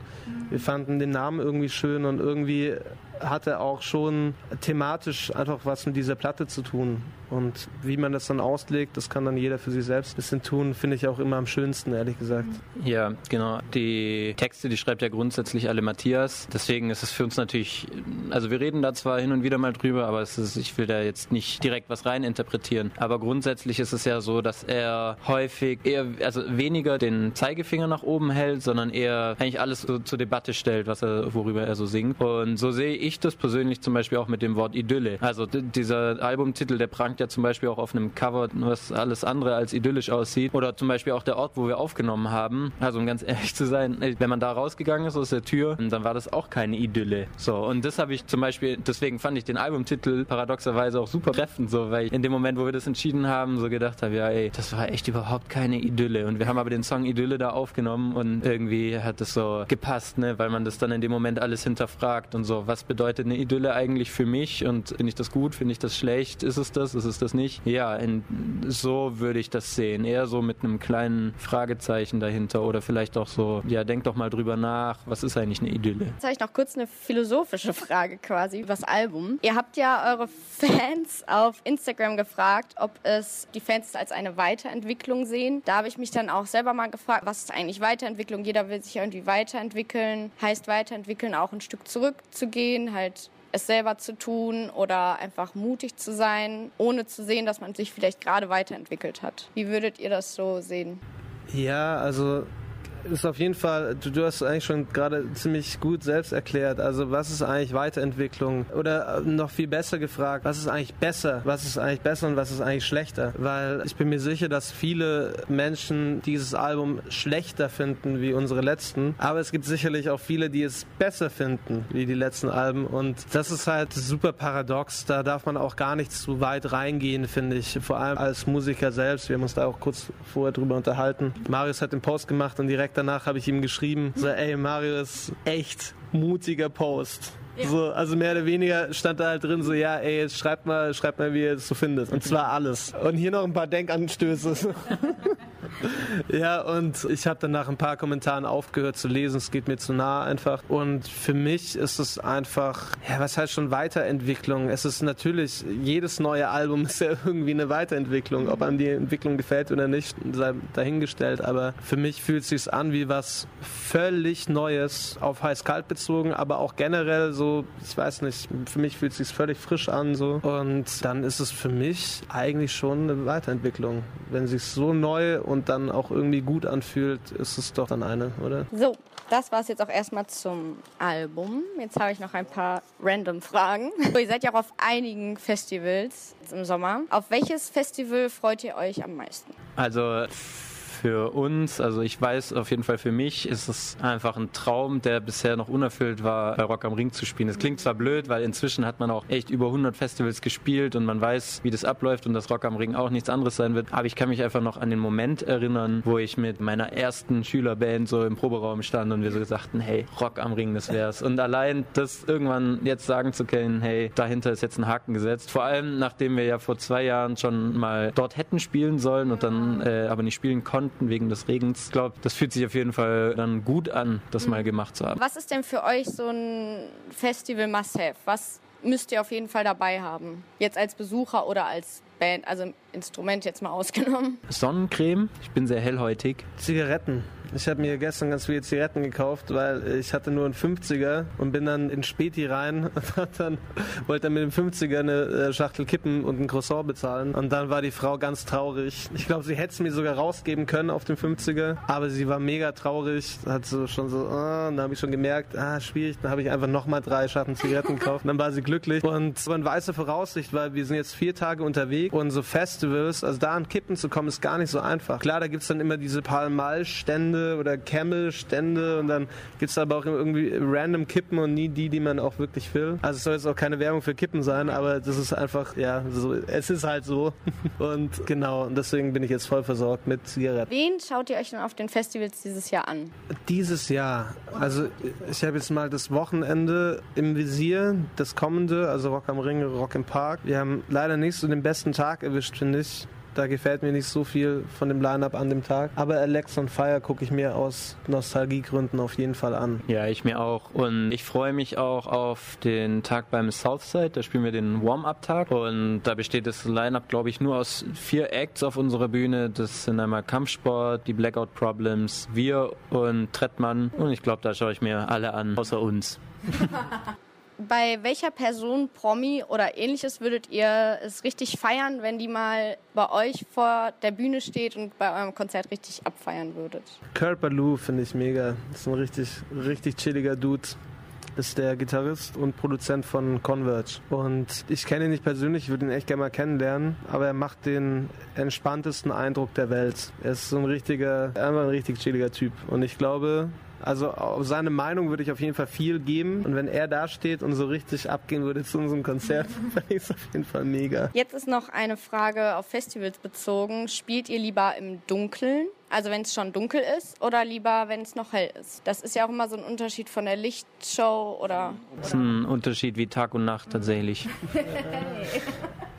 Wir fanden den Namen irgendwie schön und irgendwie hat er auch schon thematisch einfach was mit dieser Platte zu tun. Und wie man das dann auslegt, das kann dann jeder für sich selbst ein bisschen tun, finde ich auch immer am schönsten, ehrlich gesagt.
Ja, genau. Die Texte, die schreibt ja grundsätzlich alle Matthias. Deswegen ist es für uns natürlich, also wir reden da zwar hin und wieder mal drüber, aber es ist, ich will da jetzt nicht direkt was reininterpretieren. Aber grundsätzlich ist es ja so, dass er häufig eher, also weniger den Zeigefinger nach oben hält, sondern eher eigentlich alles so zur Debatte stellt, was er, worüber er so singt. Und so sehe ich ich das persönlich zum Beispiel auch mit dem Wort Idylle. Also d- dieser Albumtitel, der prangt ja zum Beispiel auch auf einem Cover, was alles andere als idyllisch aussieht. Oder zum Beispiel auch der Ort, wo wir aufgenommen haben. Also um ganz ehrlich zu sein, ey, wenn man da rausgegangen ist aus der Tür, dann war das auch keine Idylle. So, und das habe ich zum Beispiel, deswegen fand ich den Albumtitel paradoxerweise auch super treffend, so, weil ich in dem Moment, wo wir das entschieden haben, so gedacht habe, ja ey, das war echt überhaupt keine Idylle. Und wir haben aber den Song Idylle da aufgenommen und irgendwie hat das so gepasst, ne, weil man das dann in dem Moment alles hinterfragt und so, was bedeutet eine Idylle eigentlich für mich und finde ich das gut, finde ich das schlecht, ist es das, ist es das nicht? Ja, in, so würde ich das sehen, eher so mit einem kleinen Fragezeichen dahinter oder vielleicht auch so, ja, denk doch mal drüber nach, was ist eigentlich eine Idylle?
Jetzt habe ich noch kurz eine philosophische Frage quasi übers Album. Ihr habt ja eure Fans auf Instagram gefragt, ob es die Fans als eine Weiterentwicklung sehen. Da habe ich mich dann auch selber mal gefragt, was ist eigentlich Weiterentwicklung? Jeder will sich ja irgendwie weiterentwickeln. Heißt Weiterentwickeln auch ein Stück zurückzugehen, halt es selber zu tun oder einfach mutig zu sein, ohne zu sehen, dass man sich vielleicht gerade weiterentwickelt hat. Wie würdet ihr das so sehen?
Ja, also ist auf jeden Fall, du, du hast eigentlich schon gerade ziemlich gut selbst erklärt. Also, was ist eigentlich Weiterentwicklung? Oder äh, noch viel besser gefragt, was ist eigentlich besser? Was ist eigentlich besser und was ist eigentlich schlechter? Weil ich bin mir sicher, dass viele Menschen dieses Album schlechter finden wie unsere letzten. Aber es gibt sicherlich auch viele, die es besser finden wie die letzten Alben. Und das ist halt super paradox. Da darf man auch gar nicht zu weit reingehen, finde ich. Vor allem als Musiker selbst. Wir haben uns da auch kurz vorher drüber unterhalten. Marius hat den Post gemacht und direkt danach habe ich ihm geschrieben, so, ey, Marius, echt mutiger Post. So, also mehr oder weniger stand da halt drin, so ja, ey, jetzt schreibt mal, schreibt mal, wie ihr es so findet. Und zwar alles. Und hier noch ein paar Denkanstöße. Ja, und ich habe dann nach ein paar Kommentaren aufgehört zu lesen. Es geht mir zu nah einfach. Und für mich ist es einfach, ja, was heißt schon Weiterentwicklung? Es ist natürlich, jedes neue Album ist ja irgendwie eine Weiterentwicklung. Ob einem die Entwicklung gefällt oder nicht, sei dahingestellt. Aber für mich fühlt es sich an wie was völlig Neues, auf heiß-kalt bezogen, aber auch generell so, ich weiß nicht, für mich fühlt es sich völlig frisch an. so Und dann ist es für mich eigentlich schon eine Weiterentwicklung. Wenn sich so neu und dann auch irgendwie gut anfühlt, ist es doch dann eine, oder?
So, das war es jetzt auch erstmal zum Album. Jetzt habe ich noch ein paar random Fragen. So, ihr seid ja auch auf einigen Festivals jetzt im Sommer. Auf welches Festival freut ihr euch am meisten?
Also für uns, also ich weiß auf jeden Fall für mich, ist es einfach ein Traum, der bisher noch unerfüllt war, bei Rock am Ring zu spielen. Es klingt zwar blöd, weil inzwischen hat man auch echt über 100 Festivals gespielt und man weiß, wie das abläuft und dass Rock am Ring auch nichts anderes sein wird. Aber ich kann mich einfach noch an den Moment erinnern, wo ich mit meiner ersten Schülerband so im Proberaum stand und wir so sagten, hey, Rock am Ring, das wär's. Und allein das irgendwann jetzt sagen zu können, hey, dahinter ist jetzt ein Haken gesetzt. Vor allem, nachdem wir ja vor zwei Jahren schon mal dort hätten spielen sollen und dann äh, aber nicht spielen konnten wegen des Regens. Ich glaube, das fühlt sich auf jeden Fall dann gut an, das mal gemacht zu haben.
Was ist denn für euch so ein Festival Must-Have? Was müsst ihr auf jeden Fall dabei haben? Jetzt als Besucher oder als Band, also Instrument jetzt mal ausgenommen.
Sonnencreme, ich bin sehr hellhäutig.
Zigaretten. Ich habe mir gestern ganz viele Zigaretten gekauft, weil ich hatte nur einen 50er und bin dann in Späti rein und hab dann wollte dann mit dem 50er eine äh, Schachtel kippen und ein Croissant bezahlen. Und dann war die Frau ganz traurig. Ich glaube, sie hätte es mir sogar rausgeben können auf dem 50er, aber sie war mega traurig. Hat so schon so, ah, und dann habe ich schon gemerkt, ah, schwierig. Dann habe ich einfach nochmal drei Schachteln Zigaretten gekauft. Und dann war sie glücklich. Und so eine weiße Voraussicht, weil wir sind jetzt vier Tage unterwegs und so Festivals, also da an Kippen zu kommen, ist gar nicht so einfach. Klar, da gibt's dann immer diese Palmal-Stände oder Camel-Stände und dann gibt es aber auch irgendwie random Kippen und nie die, die man auch wirklich will. Also es soll jetzt auch keine Werbung für Kippen sein, aber das ist einfach, ja, so, es ist halt so. Und genau, und deswegen bin ich jetzt voll versorgt mit Zigaretten.
Wen schaut ihr euch denn auf den Festivals dieses Jahr an?
Dieses Jahr, also ich habe jetzt mal das Wochenende im Visier, das kommende, also Rock am Ring, Rock im Park. Wir haben leider nicht so den besten Tag erwischt, finde ich. Da gefällt mir nicht so viel von dem Line-Up an dem Tag. Aber Alex on Fire gucke ich mir aus Nostalgiegründen auf jeden Fall an.
Ja, ich mir auch. Und ich freue mich auch auf den Tag beim Southside. Da spielen wir den Warm-Up-Tag. Und da besteht das Line-Up, glaube ich, nur aus vier Acts auf unserer Bühne. Das sind einmal Kampfsport, die Blackout Problems, wir und Trettmann. Und ich glaube, da schaue ich mir alle an, außer uns.
Bei welcher Person, Promi oder ähnliches würdet ihr es richtig feiern, wenn die mal bei euch vor der Bühne steht und bei eurem Konzert richtig abfeiern würdet?
Kurt Ballou finde ich mega. Das ist ein richtig, richtig chilliger Dude. ist der Gitarrist und Produzent von Converge. Und ich kenne ihn nicht persönlich, ich würde ihn echt gerne mal kennenlernen, aber er macht den entspanntesten Eindruck der Welt. Er ist so ein richtiger, einfach ein richtig chilliger Typ. Und ich glaube, also auf seine Meinung würde ich auf jeden Fall viel geben. Und wenn er da steht und so richtig abgehen würde zu unserem Konzert, fände ich es auf jeden Fall mega.
Jetzt ist noch eine Frage auf Festivals bezogen. Spielt ihr lieber im Dunkeln, also wenn es schon dunkel ist, oder lieber wenn es noch hell ist? Das ist ja auch immer so ein Unterschied von der Lichtshow oder.
Das ist ein Unterschied wie Tag und Nacht tatsächlich.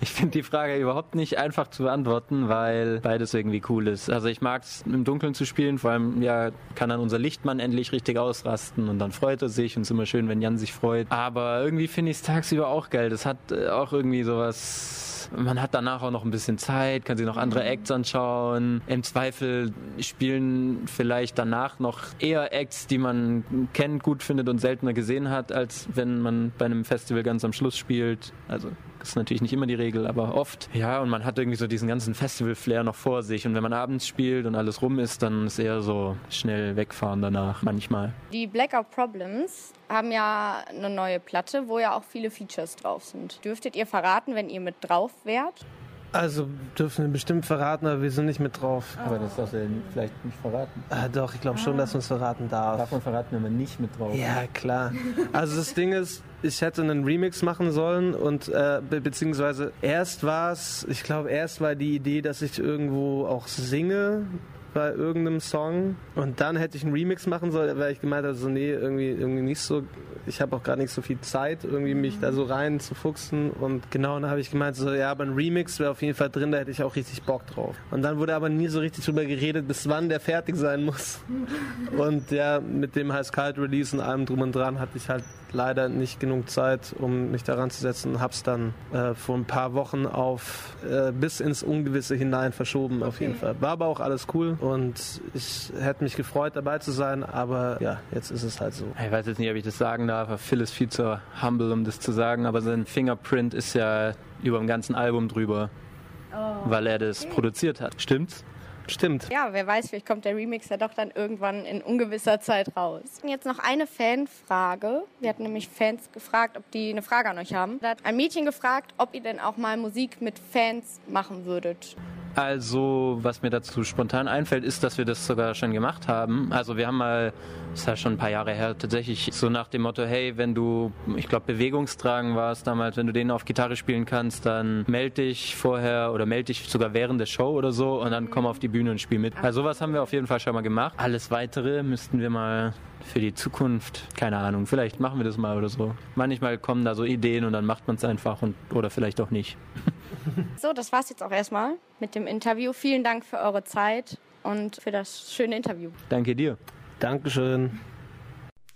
Ich finde die Frage überhaupt nicht einfach zu beantworten, weil beides irgendwie cool ist. Also ich mag es im Dunkeln zu spielen, vor allem ja kann dann unser Lichtmann endlich richtig ausrasten und dann freut er sich und es ist immer schön, wenn Jan sich freut. Aber irgendwie finde ich es tagsüber auch geil. Das hat äh, auch irgendwie sowas. Man hat danach auch noch ein bisschen Zeit, kann sich noch andere Acts anschauen. Im Zweifel spielen vielleicht danach noch eher Acts, die man kennt, gut findet und seltener gesehen hat, als wenn man bei einem Festival ganz am Schluss spielt. Also das ist natürlich nicht immer die Regel, aber oft. Ja, und man hat irgendwie so diesen ganzen Festival-Flair noch vor sich. Und wenn man abends spielt und alles rum ist, dann ist eher so schnell wegfahren danach, manchmal.
Die Blackout Problems haben ja eine neue Platte, wo ja auch viele Features drauf sind. Dürftet ihr verraten, wenn ihr mit drauf wärt?
Also dürfen wir bestimmt verraten, aber wir sind nicht mit drauf.
Aber das darfst du vielleicht nicht verraten.
Ah, doch, ich glaube schon, dass man es verraten darf.
man verraten, wenn man nicht mit drauf
Ja, klar. Also das Ding ist, ich hätte einen Remix machen sollen und äh, be beziehungsweise erst war es, ich glaube, erst war die Idee, dass ich irgendwo auch singe bei irgendeinem Song und dann hätte ich einen Remix machen sollen, weil ich gemeint habe, so nee, irgendwie, irgendwie nicht so, ich habe auch gar nicht so viel Zeit, irgendwie mich da so rein zu fuchsen und genau, dann habe ich gemeint, so ja, aber ein Remix wäre auf jeden Fall drin, da hätte ich auch richtig Bock drauf. Und dann wurde aber nie so richtig drüber geredet, bis wann der fertig sein muss. Und ja, mit dem heiß kalt Release und allem drum und dran hatte ich halt leider nicht genug Zeit, um mich daran zu setzen und hab's dann äh, vor ein paar Wochen auf äh, bis ins Ungewisse hinein verschoben, auf jeden Fall. War aber auch alles cool und ich hätte mich gefreut, dabei zu sein, aber ja, jetzt ist es halt so.
Ich weiß jetzt nicht, ob ich das sagen darf. aber Phil ist viel zu humble, um das zu sagen, aber sein Fingerprint ist ja über dem ganzen Album drüber, weil er das produziert hat. Stimmt's?
Stimmt.
Ja, wer weiß, vielleicht kommt der Remix ja doch dann irgendwann in ungewisser Zeit raus. Und jetzt noch eine Fanfrage. Wir hatten nämlich Fans gefragt, ob die eine Frage an euch haben. Da hat ein Mädchen gefragt, ob ihr denn auch mal Musik mit Fans machen würdet.
Also, was mir dazu spontan einfällt, ist, dass wir das sogar schon gemacht haben. Also, wir haben mal, das ist ja schon ein paar Jahre her, tatsächlich so nach dem Motto, hey, wenn du, ich glaube, Bewegungstragen warst damals, wenn du den auf Gitarre spielen kannst, dann meld dich vorher oder meld dich sogar während der Show oder so und dann komm auf die Bühne und spiel mit. Also, sowas haben wir auf jeden Fall schon mal gemacht. Alles Weitere müssten wir mal für die Zukunft, keine Ahnung, vielleicht machen wir das mal oder so. Manchmal kommen da so Ideen und dann macht man es einfach und, oder vielleicht auch nicht.
So, das war's jetzt auch erstmal mit dem Interview. Vielen Dank für eure Zeit und für das schöne Interview.
Danke dir.
Dankeschön.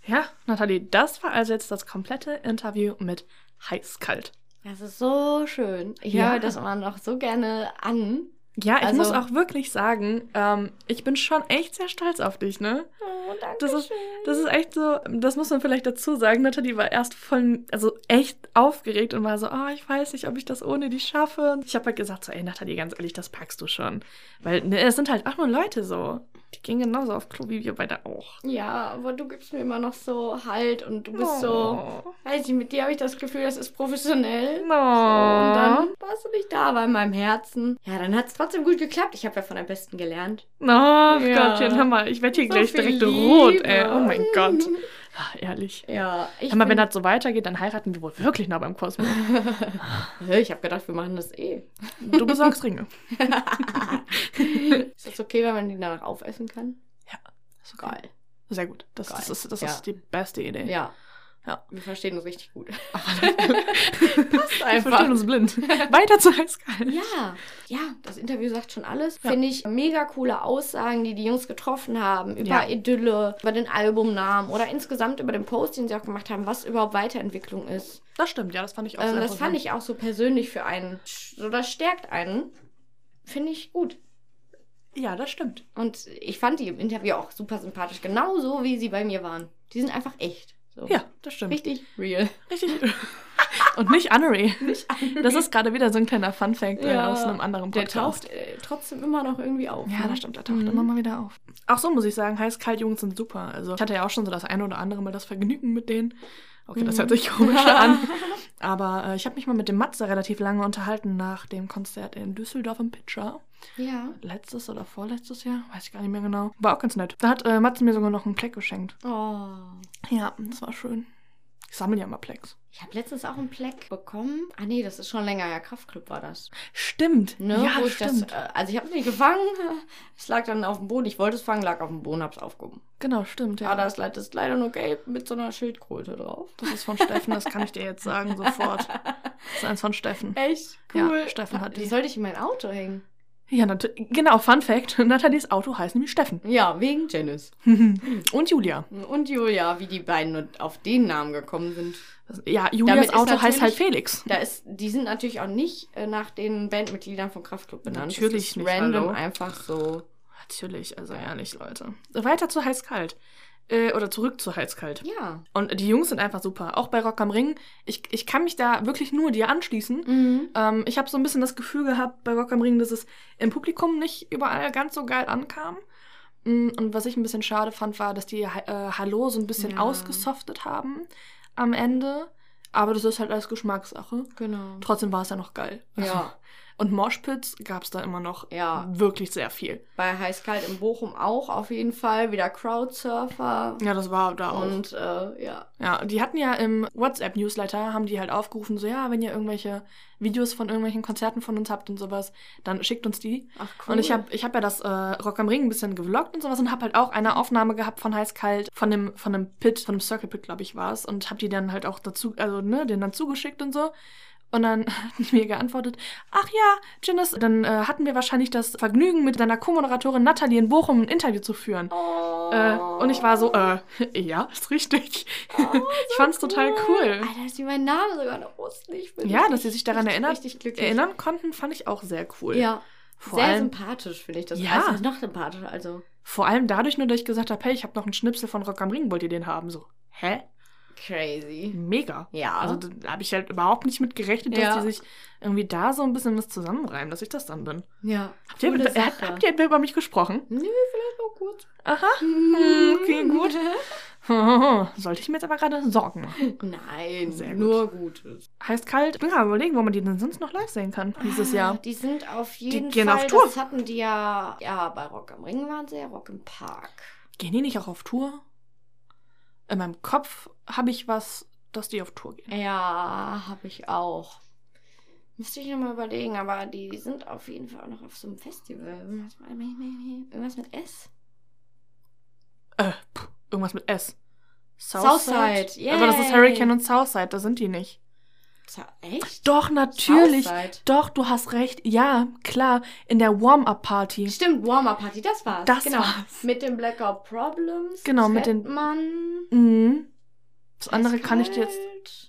Ja, Nathalie, das war also jetzt das komplette Interview mit Heiß-Kalt.
Das ist so schön. Ich
Ja.
höre das immer noch so gerne an.
Ja, ich
Also-
muss auch wirklich sagen, ähm, ich bin schon echt sehr stolz auf dich, ne?
Oh, danke
Das ist, das ist echt so, das muss man vielleicht dazu sagen, Nathalie war erst voll, also echt aufgeregt und war so, ah, ich weiß nicht, ob ich das ohne die schaffe. Und ich habe halt gesagt, so, ey, Nathalie, ganz ehrlich, das packst du schon. Weil ne, es sind halt auch nur Leute so. Die gehen genauso auf Klo wie wir beide auch.
Ja, aber du gibst mir immer noch so Halt und du bist so.
Oh.
Weiß ich, mit dir habe ich das Gefühl, das ist professionell.
No.
Und dann warst du nicht da, aber in meinem Herzen. Ja, dann hat es trotzdem gut geklappt. Ich habe ja von am besten gelernt.
Oh
Ja.
Gottchen, hör mal, ich werde hier
So
gleich
viel
direkt
Liebe.
rot, ey. Oh mein Gott. Ach, ehrlich.
Ja, ich.
Hör mal, wenn
bin-
das so weitergeht, dann heiraten wir wohl wirklich nah beim Kosmos.
Hä, ich habe gedacht, wir machen das eh.
Du besorgst Ringe.
Ist das okay, wenn man die danach aufessen kann?
Ja,
ist geil.
Sehr gut. Das,
Geil.
das, ist, das
Ja.
ist die beste Idee.
Ja.
Ja.
Wir verstehen uns richtig gut.
Passt Wir
einfach.
verstehen uns blind. Weiter zu Heißkalt.
Ja, ja, das Interview sagt schon alles. Finde ich mega coole Aussagen, die die Jungs getroffen haben über
Ja.
Idylle, über den Albumnamen oder insgesamt über den Post, den sie auch gemacht haben, was überhaupt Weiterentwicklung ist.
Das stimmt, ja, das fand ich auch
Ähm,
sehr
das fand
interessant.
ich auch so persönlich für einen. So, das stärkt einen. Finde ich gut.
Ja, das stimmt.
Und ich fand die im Interview auch super sympathisch, genauso wie sie bei mir waren. Die sind einfach echt. So.
Ja, das stimmt.
Richtig real.
Richtig. Und nicht Annery. Das ist gerade wieder so ein kleiner Funfact äh,
Ja.
aus einem anderen
Der
Podcast.
taucht äh, trotzdem immer noch irgendwie auf.
Ja,
ne?
das stimmt, der taucht
Mhm.
immer mal wieder auf. Auch so muss ich sagen, heiß-kalt Jungs sind super. Also ich hatte ja auch schon so das eine oder andere Mal das Vergnügen mit denen. Okay, das hört sich komisch an. Aber äh, ich habe mich mal mit dem Matze relativ lange unterhalten nach dem Konzert in Düsseldorf im Pitcher.
Ja.
Letztes oder vorletztes Jahr, weiß ich gar nicht mehr genau. War auch ganz nett. Da hat äh, Matze mir sogar noch einen Pleck geschenkt.
Oh.
Ja, das war schön. Ich sammle ja mal Plecks.
Ich habe letztens auch einen Pleck bekommen. Ah nee, das ist schon länger her. Kraftclub war das.
Stimmt.
Ne?
ja,
Wo ich das,
stimmt.
äh, also ich habe es nicht gefangen. Es lag dann auf dem Boden. Ich wollte es fangen, lag auf dem Boden, hab's aufgehoben.
genau, stimmt. Ja.
Ja, das Leid ist leider nur gelb mit so einer Schildkröte drauf.
Das ist von Steffen, das kann ich dir jetzt sagen, sofort. Das ist eins von Steffen.
Echt
Ja, Steffen hat
Die
die.
sollte ich in mein Auto hängen.
Ja, natürlich. Genau, Fun Fact: Nathalies Auto heißt nämlich Steffen.
Ja, wegen Janice.
Und Julia.
Und Julia, wie die beiden nur auf den Namen gekommen sind.
Ja, Julias
Damit ist
Auto heißt halt
natürlich-
Felix.
Da ist, die sind natürlich auch nicht äh, nach den Bandmitgliedern von Kraftclub benannt. Das
Natürlich
ist
nicht,
Random
hallo.
einfach so.
Natürlich, also ehrlich, Leute. Weiter zu heiß-kalt. Äh, oder zurück zu heiß-kalt.
Ja.
Und die Jungs sind einfach super. Auch bei Rock am Ring. Ich, ich kann mich da wirklich nur dir anschließen.
Mhm.
Ähm, ich habe so ein bisschen das Gefühl gehabt bei Rock am Ring, dass es im Publikum nicht überall ganz so geil ankam. Mm, Und was ich ein bisschen schade fand, war, dass die äh, Hallo so ein bisschen
Ja.
ausgesoftet haben am Ende. Aber das ist halt alles Geschmackssache.
Genau.
Trotzdem war es ja noch geil.
Ja.
Und Moshpits gab es da immer noch
Ja.
wirklich sehr viel.
Bei Heißkalt in Bochum auch auf jeden Fall. Wieder Crowdsurfer.
Ja, das war da auch.
Und äh, ja.
Ja, die hatten ja im WhatsApp-Newsletter, haben die halt aufgerufen, so ja, wenn ihr irgendwelche Videos von irgendwelchen Konzerten von uns habt und sowas, dann schickt uns die.
Ach
Und ich habe ich hab ja das äh, Rock am Ring ein bisschen gevloggt und sowas und habe halt auch eine Aufnahme gehabt von Heiß Kalt, von dem, von dem Pit, von dem Circle Pit, glaube ich, war es. Und habe die dann halt auch dazu, also ne, den dann zugeschickt und so. Und dann hat die mir geantwortet, ach ja, Janice, dann äh, hatten wir wahrscheinlich das Vergnügen, mit deiner Co-Moderatorin Nathalie in Bochum ein Interview zu führen.
Oh.
Äh, und ich war so, äh, ja, ist richtig.
Oh,
ich fand's total cool.
Alter, dass die meinen Namen sogar noch wussten. Ich bin
Ja,
richtig,
dass sie sich daran
richtig,
erinnert-
Richtig glücklich.
Erinnern konnten, fand ich auch sehr cool.
Ja.
Vor
Sehr
allem-
sympathisch finde ich das.
Ja.
Also noch sympathischer. Also
Vor allem dadurch nur, dass ich gesagt habe, hey, ich habe noch einen Schnipsel von Rock am Ring, wollt ihr den haben? So, hä?
crazy.
Mega.
Ja.
Also da habe ich halt überhaupt nicht mit gerechnet, dass
Ja.
die sich irgendwie da so ein bisschen was zusammenreimen, dass ich das dann bin.
ja.
Habt ihr,
Coole
äh,
Sache.
habt ihr etwa über mich gesprochen?
Nee, vielleicht noch kurz.
Aha.
Mhm.
okay, gut. Sollte ich mir jetzt aber gerade Sorgen machen.
Nein,
Sehr gut.
nur Gutes.
Heißt kalt, bin gerade überlegen, wo man die denn sonst noch live sehen kann dieses Jahr.
Die sind auf jeden
gehen
Fall.
auf Tour.
Das hatten die ja. Ja, bei Rock am Ring waren sie ja Rock im Park.
Gehen die nicht auch auf Tour? In meinem Kopf habe ich was, dass die auf Tour gehen.
Ja, habe ich auch. Müsste ich nochmal überlegen, aber die sind auf jeden Fall auch noch auf so einem Festival. Irgendwas mit- irgendwas mit S?
Äh, pff, irgendwas mit S.
Southside, yay.
Aber das ist Hurricane und Southside, da sind die nicht.
Za- Echt?
Doch, natürlich.
Southside.
Doch, du hast recht. Ja, klar. In der Warm-Up-Party.
Stimmt, Warmer Party, das war's.
Das
genau.
war's.
Mit den Blackout Problems.
Genau, mit den-
Mann.
Mhm. Das andere kann ich dir jetzt.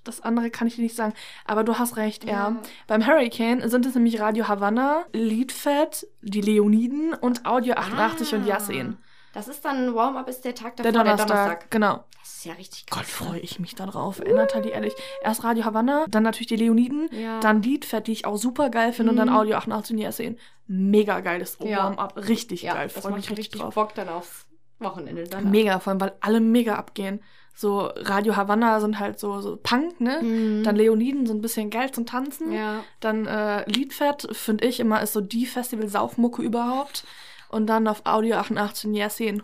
Das andere kann ich dir nicht sagen. Aber du hast recht, ja.
Ja.
Beim Hurricane sind es nämlich Radio Havanna, Leadfat, die Leoniden und Audio 88 und Yassin.
Das ist dann Warm-Up ist Ah. der Tag davor,
Der Donnerstag. Genau.
Das ist ja richtig
Gott, freue ich mich darauf. Ey, Nathalie, ehrlich. Erst Radio Havanna, dann natürlich die Leoniden,
Ja.
dann Liedfett, die ich auch super geil finde, und dann
Mhm.
Audio 88 und sehen. Mega geiles
Ja.
Warm-up. Richtig
ja,
geil.
das
Freue
macht
mich richtig drauf.
Bock dann aufs Wochenende dann.
Mega, vor allem, weil alle mega abgehen. So Radio Havanna sind halt so, so Punk, ne?
Mhm.
Dann Leoniden so ein bisschen geil zum Tanzen.
Ja.
Dann äh, Liedfett, finde ich immer, ist so die Festival-Saufmucke überhaupt. Und dann auf Audio 88 und sehen.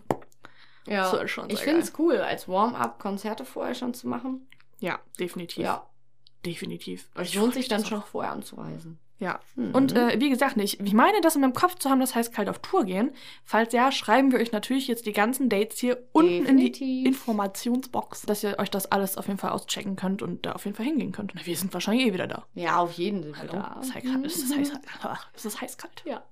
ja.
Das ist schon
ich
sehr
finde es cool, als Warm-Up Konzerte vorher schon zu machen.
Ja, definitiv.
Ja.
Definitiv.
Es lohnt sich dann
schon.
schon vorher anzureisen.
Ja.
Mhm.
Und äh, wie gesagt, ich, ich meine, das in meinem Kopf zu haben, das heißt kalt auf Tour gehen. Falls ja, schreiben wir euch natürlich jetzt die ganzen Dates hier unten in die
Definitiv.
Informationsbox, dass ihr euch das alles auf jeden Fall auschecken könnt und da auf jeden Fall hingehen könnt. Na, Wir sind wahrscheinlich eh wieder da.
Ja, auf jeden sind wir
Hallo?
da. Mhm.
Ist, heiß, ist, das heiß, ist das heiß kalt?
Ja.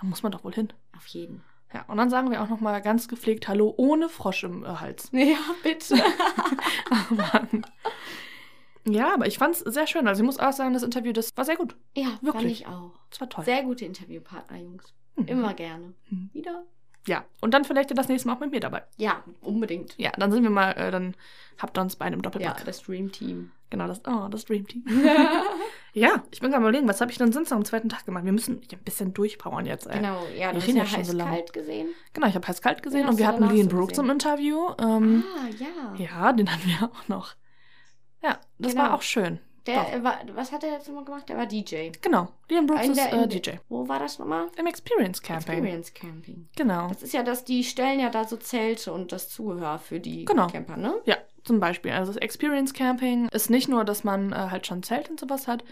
Da muss man doch wohl hin.
Auf jeden.
Ja, und dann sagen wir auch nochmal ganz gepflegt Hallo ohne Frosch im äh, Hals.
Ja, bitte.
Oh Mann. ja, aber ich fand's sehr schön. Also ich muss auch sagen, das Interview, das war sehr gut.
ja, fand
Wirklich.
ich auch.
Das war toll.
Sehr gute Interviewpartner, Jungs.
Mhm.
Immer gerne.
Mhm.
Wieder?
Ja, und dann vielleicht ja das nächste Mal auch mit mir dabei.
Ja, unbedingt.
Ja, dann sind wir mal, äh, dann habt ihr uns bei einem
Ja,
Doppelpack.
das Dream-Team.
genau, das, oh, das Dream Team. ja, ich bin gerade überlegen, was habe ich denn sonst noch am zweiten Tag gemacht? Wir müssen ein bisschen durchpowern jetzt. Ey. Genau.
Genau, ja,
Wir
du hast
reden
ja
ja schon
heiß
so lange.
kalt gesehen.
genau, ich habe Heiß Kalt gesehen
Ja,
und wir
hast du
hatten
danach
Lean
so
Brooks
gesehen.
im Interview. Ähm,
Ah, ja.
Ja, den hatten wir auch noch. Ja, das
Genau.
war auch schön.
Der
Doch.
äh, war, was hat er jetzt nochmal gemacht? Der war DJ.
Genau. Liam Brooks
Ein
ist
der-
äh, DJ.
Wo war das nochmal?
Im Experience Camping.
Experience Camping.
Genau.
Das ist ja das, die stellen ja da so Zelte und das Zubehör für die
Genau.
Camper, ne?
Ja, zum Beispiel. Also das Experience Camping ist nicht nur, dass man äh, halt schon Zelt und sowas hat.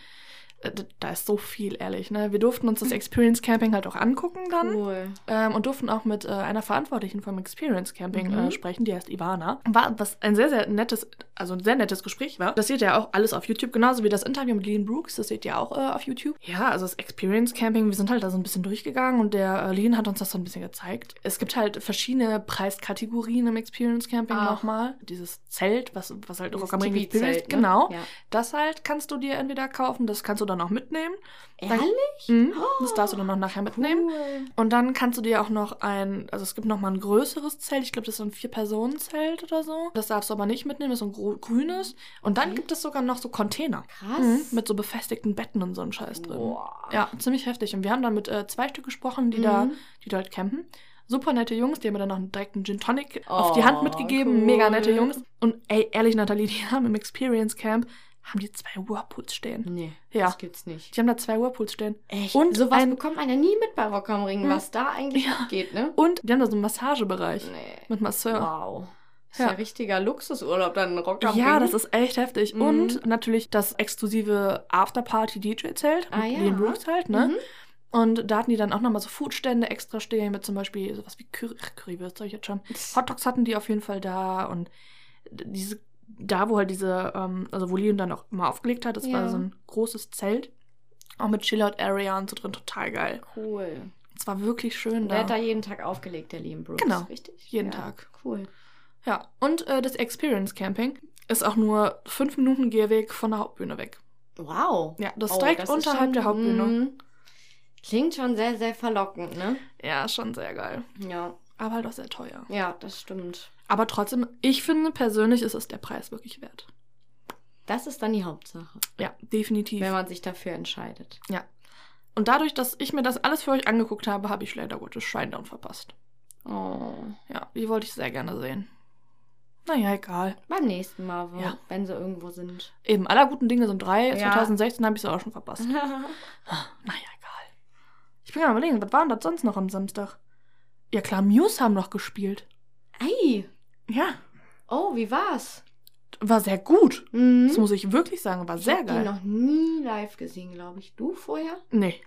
Äh, d- Da ist so viel, ehrlich. Ne? Wir durften uns das Experience Camping halt auch angucken dann.
Cool.
Ähm, und durften auch mit äh, einer Verantwortlichen vom Experience Camping
Mhm.
äh, sprechen, die heißt Ivana. War was ein sehr, sehr nettes, also ein sehr nettes Gespräch war. Das seht ihr auch alles auf YouTube, genauso wie das Interview mit Lean Brooks, das seht ihr auch äh, auf YouTube. Ja, also das Experience Camping, wir sind halt da so ein bisschen durchgegangen und der äh, Lean hat uns das so ein bisschen gezeigt. Es gibt halt verschiedene Preiskategorien im Experience Camping
Ah.
nochmal. Dieses Zelt, was, was halt Rock
Dieses
am Ring
Tipi-Zelt,
Experience,
ne?
genau.
Ja.
Das halt kannst du dir entweder kaufen, das kannst du dann auch mitnehmen. Dann-
Ehrlich?
Mhm. Das darfst du dann noch nachher mitnehmen.
Cool.
Und dann kannst du dir auch noch ein, also es gibt noch mal ein größeres Zelt. Ich glaube, das ist so ein Vier-Personen-Zelt oder so. Das darfst du aber nicht mitnehmen, das ist so ein gro- grünes. Und dann
Okay.
gibt es sogar noch so Container.
Krass.
Mhm, mit so befestigten Betten und so einem Scheiß drin.
Boah.
Ja, ziemlich heftig. Und wir haben dann mit äh, zwei Stück gesprochen, die da,
Mhm.
die dort campen. Super nette Jungs, die haben mir dann noch direkt einen Gin Tonic auf
Oh,
die Hand mitgegeben.
cool.
Mega nette Jungs. Und ey, ehrlich, Nathalie, die haben im Experience Camp haben die zwei Whirlpools stehen.
Nee,
Ja.
das gibt's nicht.
Die haben da zwei Whirlpools stehen.
Echt?
Und
Und sowas
ein-
bekommt man ja nie mit bei Rock am Ring,
Mhm.
was da eigentlich
Ja.
abgeht, ne?
Und die haben da so einen Massagebereich
Nee.
mit Masseur.
Äh. Wow. Das ist
Ja.
ja richtiger Luxusurlaub, dann Rock am Ring.
Ja, das ist echt heftig.
Mhm.
Und natürlich das exklusive Afterparty-DJ-Zelt
Ah,
mit
ja.
Ian Brooks halt, ne?
Mhm.
Und da hatten die dann auch nochmal so Foodstände extra stehen, mit zum Beispiel sowas wie Curry, ach, Currywürste, sag ich jetzt schon. Hot Dogs hatten die auf jeden Fall da und d- diese, da wo halt diese, ähm, also wo Leon dann auch immer aufgelegt hat, das war
Ja.
so ein großes Zelt. Auch mit Chill-Out-Area und so drin, total geil.
Cool.
Es war wirklich schön
Und der
da.
hat da jeden Tag aufgelegt, der lieben Brooks.
Genau.
Richtig?
Jeden Tag.
Cool.
Ja, und äh, das Experience Camping ist auch nur fünf Minuten Gehweg von der Hauptbühne weg.
Wow.
Ja, das hm.
Oh,
steigt
ist
unterhalb
schon-
der Hauptbühne.
Mhm. Klingt schon sehr, sehr verlockend, ne?
Ja, schon sehr geil.
Ja,
Aber halt auch sehr teuer.
ja, das stimmt.
Aber trotzdem, ich finde persönlich ist es der Preis wirklich wert.
Das ist dann die Hauptsache,
Ja, definitiv.
wenn man sich dafür entscheidet.
Ja. Und dadurch, dass ich mir das alles für euch angeguckt habe, habe ich leider Gottes Shinedown verpasst.
Oh.
Ja, die wollte ich sehr gerne sehen. Naja, egal.
Beim nächsten Mal, wo,
Ja.
wenn sie irgendwo sind.
Eben, aller guten Dinge sind drei.
Ja.
2016 habe ich es auch schon verpasst. naja, egal. Ich bin gerade am überlegen, was war denn das sonst noch am Samstag? Ja klar, Muse haben noch gespielt.
Ei.
Ja.
Oh, wie war's?
War sehr gut.
Mhm.
Das muss ich wirklich sagen, war sehr
ich hab
geil.
die noch nie live gesehen, glaube ich. Du vorher?
Nee.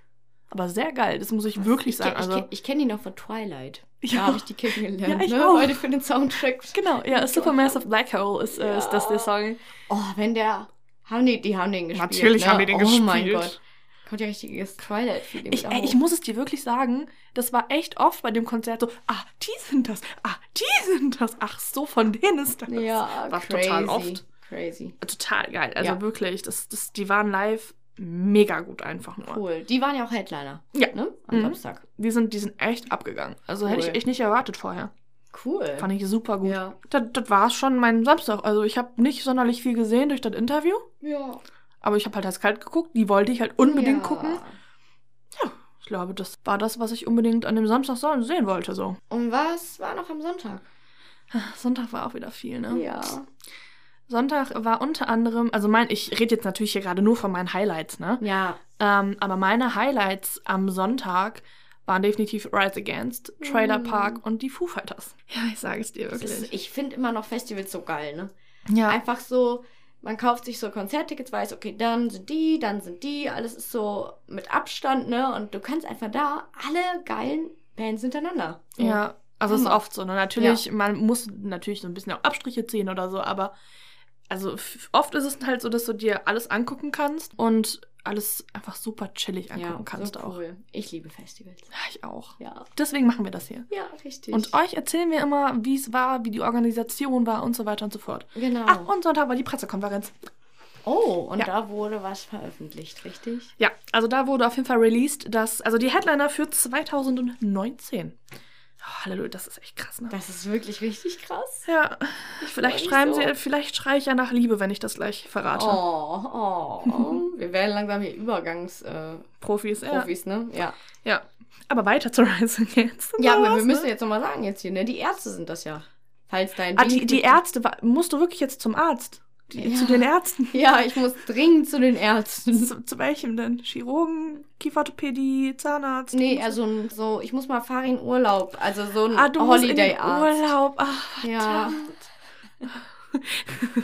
Aber sehr geil, das muss ich wirklich
kenn-
sagen. Also,
ich kenn- ich kenne die noch von Twilight.
Ja.
Da habe ich die kennengelernt.
Ja, ich
ne?
auch.
Heute für den Soundtrack.
genau, ja, Supermassive Black Hole ist, äh,
Ja.
ist das der Song.
Oh, wenn der. Haben die, die haben den gespielt.
Natürlich
ne?
haben die den
oh
gespielt.
Oh mein Gott. Kommt ja richtiges Twilight-Feeling.
Ich,
da
ey, ich
hoch.
muss es dir wirklich sagen, das war echt oft bei dem Konzert so, ah, die sind das, ah, die sind das, ach so, von denen ist das.
Ja,
war
crazy.
total oft.
Crazy.
Total geil, also
Ja.
wirklich, das, das, die waren live mega gut einfach nur.
Cool. Die waren ja auch Headliner.
Ja.
Ne? Am
Mhm.
Samstag.
Die, sind, die sind echt abgegangen, also hätte ich
Cool.
echt nicht erwartet vorher.
Cool.
Fand ich super gut.
Ja.
Das, das war schon mein Samstag, also ich habe nicht sonderlich viel gesehen durch das Interview.
Ja.
Aber ich habe halt das kalt geguckt, die wollte ich halt unbedingt
ja.
gucken. Ich glaube, das war das, was ich unbedingt an dem Samstag so- sehen wollte. So.
Und was war noch am Sonntag?
Sonntag war auch wieder viel, ne?
Ja.
Sonntag war unter anderem, also mein, ich rede jetzt natürlich hier gerade nur von meinen Highlights, ne?
Ja.
Ähm, aber meine Highlights am Sonntag waren definitiv Rise Against, Trailer
Mm.
Park und die Foo Fighters. Ja, ich sage es dir
Das ist,
wirklich.
ich finde immer noch Festivals so geil, ne?
Ja,
Einfach so, man kauft sich so Konzerttickets, weiß, okay, dann sind die, dann sind die, alles ist so mit Abstand, ne? Und du kannst einfach da alle geilen Bands hintereinander. So. Hm.
ja. Also es ist
Hammer.
oft so. Ne? Natürlich, man muss natürlich so ein bisschen auch Abstriche ziehen oder so, aber also f- oft ist es halt so, dass du dir alles angucken kannst und alles einfach super chillig angucken
ja
kannst
so
auch.
cool. Ich liebe Festivals.
Ja, ich auch.
Ja.
Deswegen machen wir das hier.
Ja, richtig.
Und euch erzählen wir immer, wie es war, wie die Organisation war und so weiter und so fort.
Genau.
Ach, Ah, und Sonntag war die Pressekonferenz.
oh, und
Ja.
da wurde was veröffentlicht, richtig?
Ja, also da wurde auf jeden Fall released, dass, also die Headliner für 2019. Oh, Halleluja, das ist echt krass, ne?
Das ist wirklich richtig krass.
ja, vielleicht
freu mich
schreiben
so.
sie, vielleicht schreie ich ja nach Liebe, wenn ich das gleich verrate.
Oh, oh. Wir werden langsam hier Übergangsprofis,
Profis,
äh,
ja.
Profis, ne? Ja.
Ja. Aber weiter zu Rise Against.
Ja, aber wir
Was, ne?
müssen jetzt nochmal sagen jetzt hier, ne? Die Ärzte sind das ja. Falls dein
Ah,
Dienst
die, die
mit-
Ärzte, wa- musst du wirklich jetzt zum Arzt? die, zu den Ärzten.
Ja, ich muss dringend zu den Ärzten.
Zu, zu welchem denn? Chirurgen, Kieferorthopädie, Zahnarzt?
Nee, eher so ein, so, ich muss mal fahren in Urlaub. Also so ein
ah, du musst in den
Holiday-Arzt.
Urlaub. Ach,
Ja.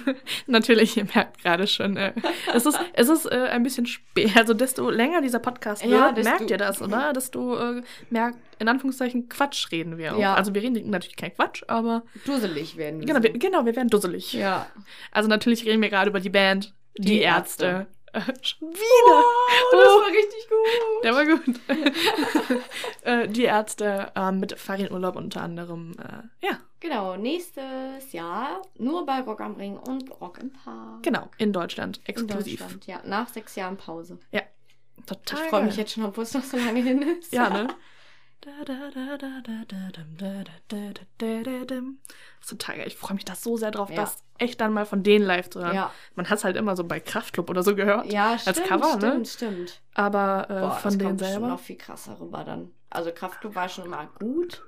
Natürlich, ihr merkt gerade schon, äh, es ist, es ist äh, ein bisschen spät. Also desto länger dieser Podcast wird,
Ja, desto- mhm.
merkt ihr das, oder? Desto äh, mehr, in Anführungszeichen, Quatsch reden wir auch.
Ja.
Also wir reden natürlich kein Quatsch, aber
Dusselig werden wir.
genau, wir,
so.
genau, wir werden dusselig.
Ja.
Also natürlich reden wir gerade über die Band, die,
Die
Ärzte. Äh, schon
Wow,
wieder.
das war richtig gut.
Der war gut. äh, die Ärzte ähm, mit Ferienurlaub unter anderem. Äh, ja,
Genau, nächstes Jahr nur bei Rock am Ring und Rock im Park.
genau. In Deutschland.
In
Exklusiv.
Deutschland, ja. Nach sechs Jahren Pause.
Total.
Ich freue mich
geil.
jetzt schon, obwohl es noch so lange hin ist.
Ja, ne? Da, da, da, da, da, da, dum, da, da, da, da, da, da, dum. Das ist Total geil. Ich freue mich da so sehr drauf,
Ja.
das echt dann mal von denen live zu hören.
Ja,
Man hat es halt immer so bei Kraftclub oder so gehört.
ja stimmt,
Cover, ne?
stimmt, stimmt.
Aber äh,
Boah,
von
das
denen
kommt bestimmt
selber.
noch viel krasser rüber dann. Also Kraftclub war schon immer gut,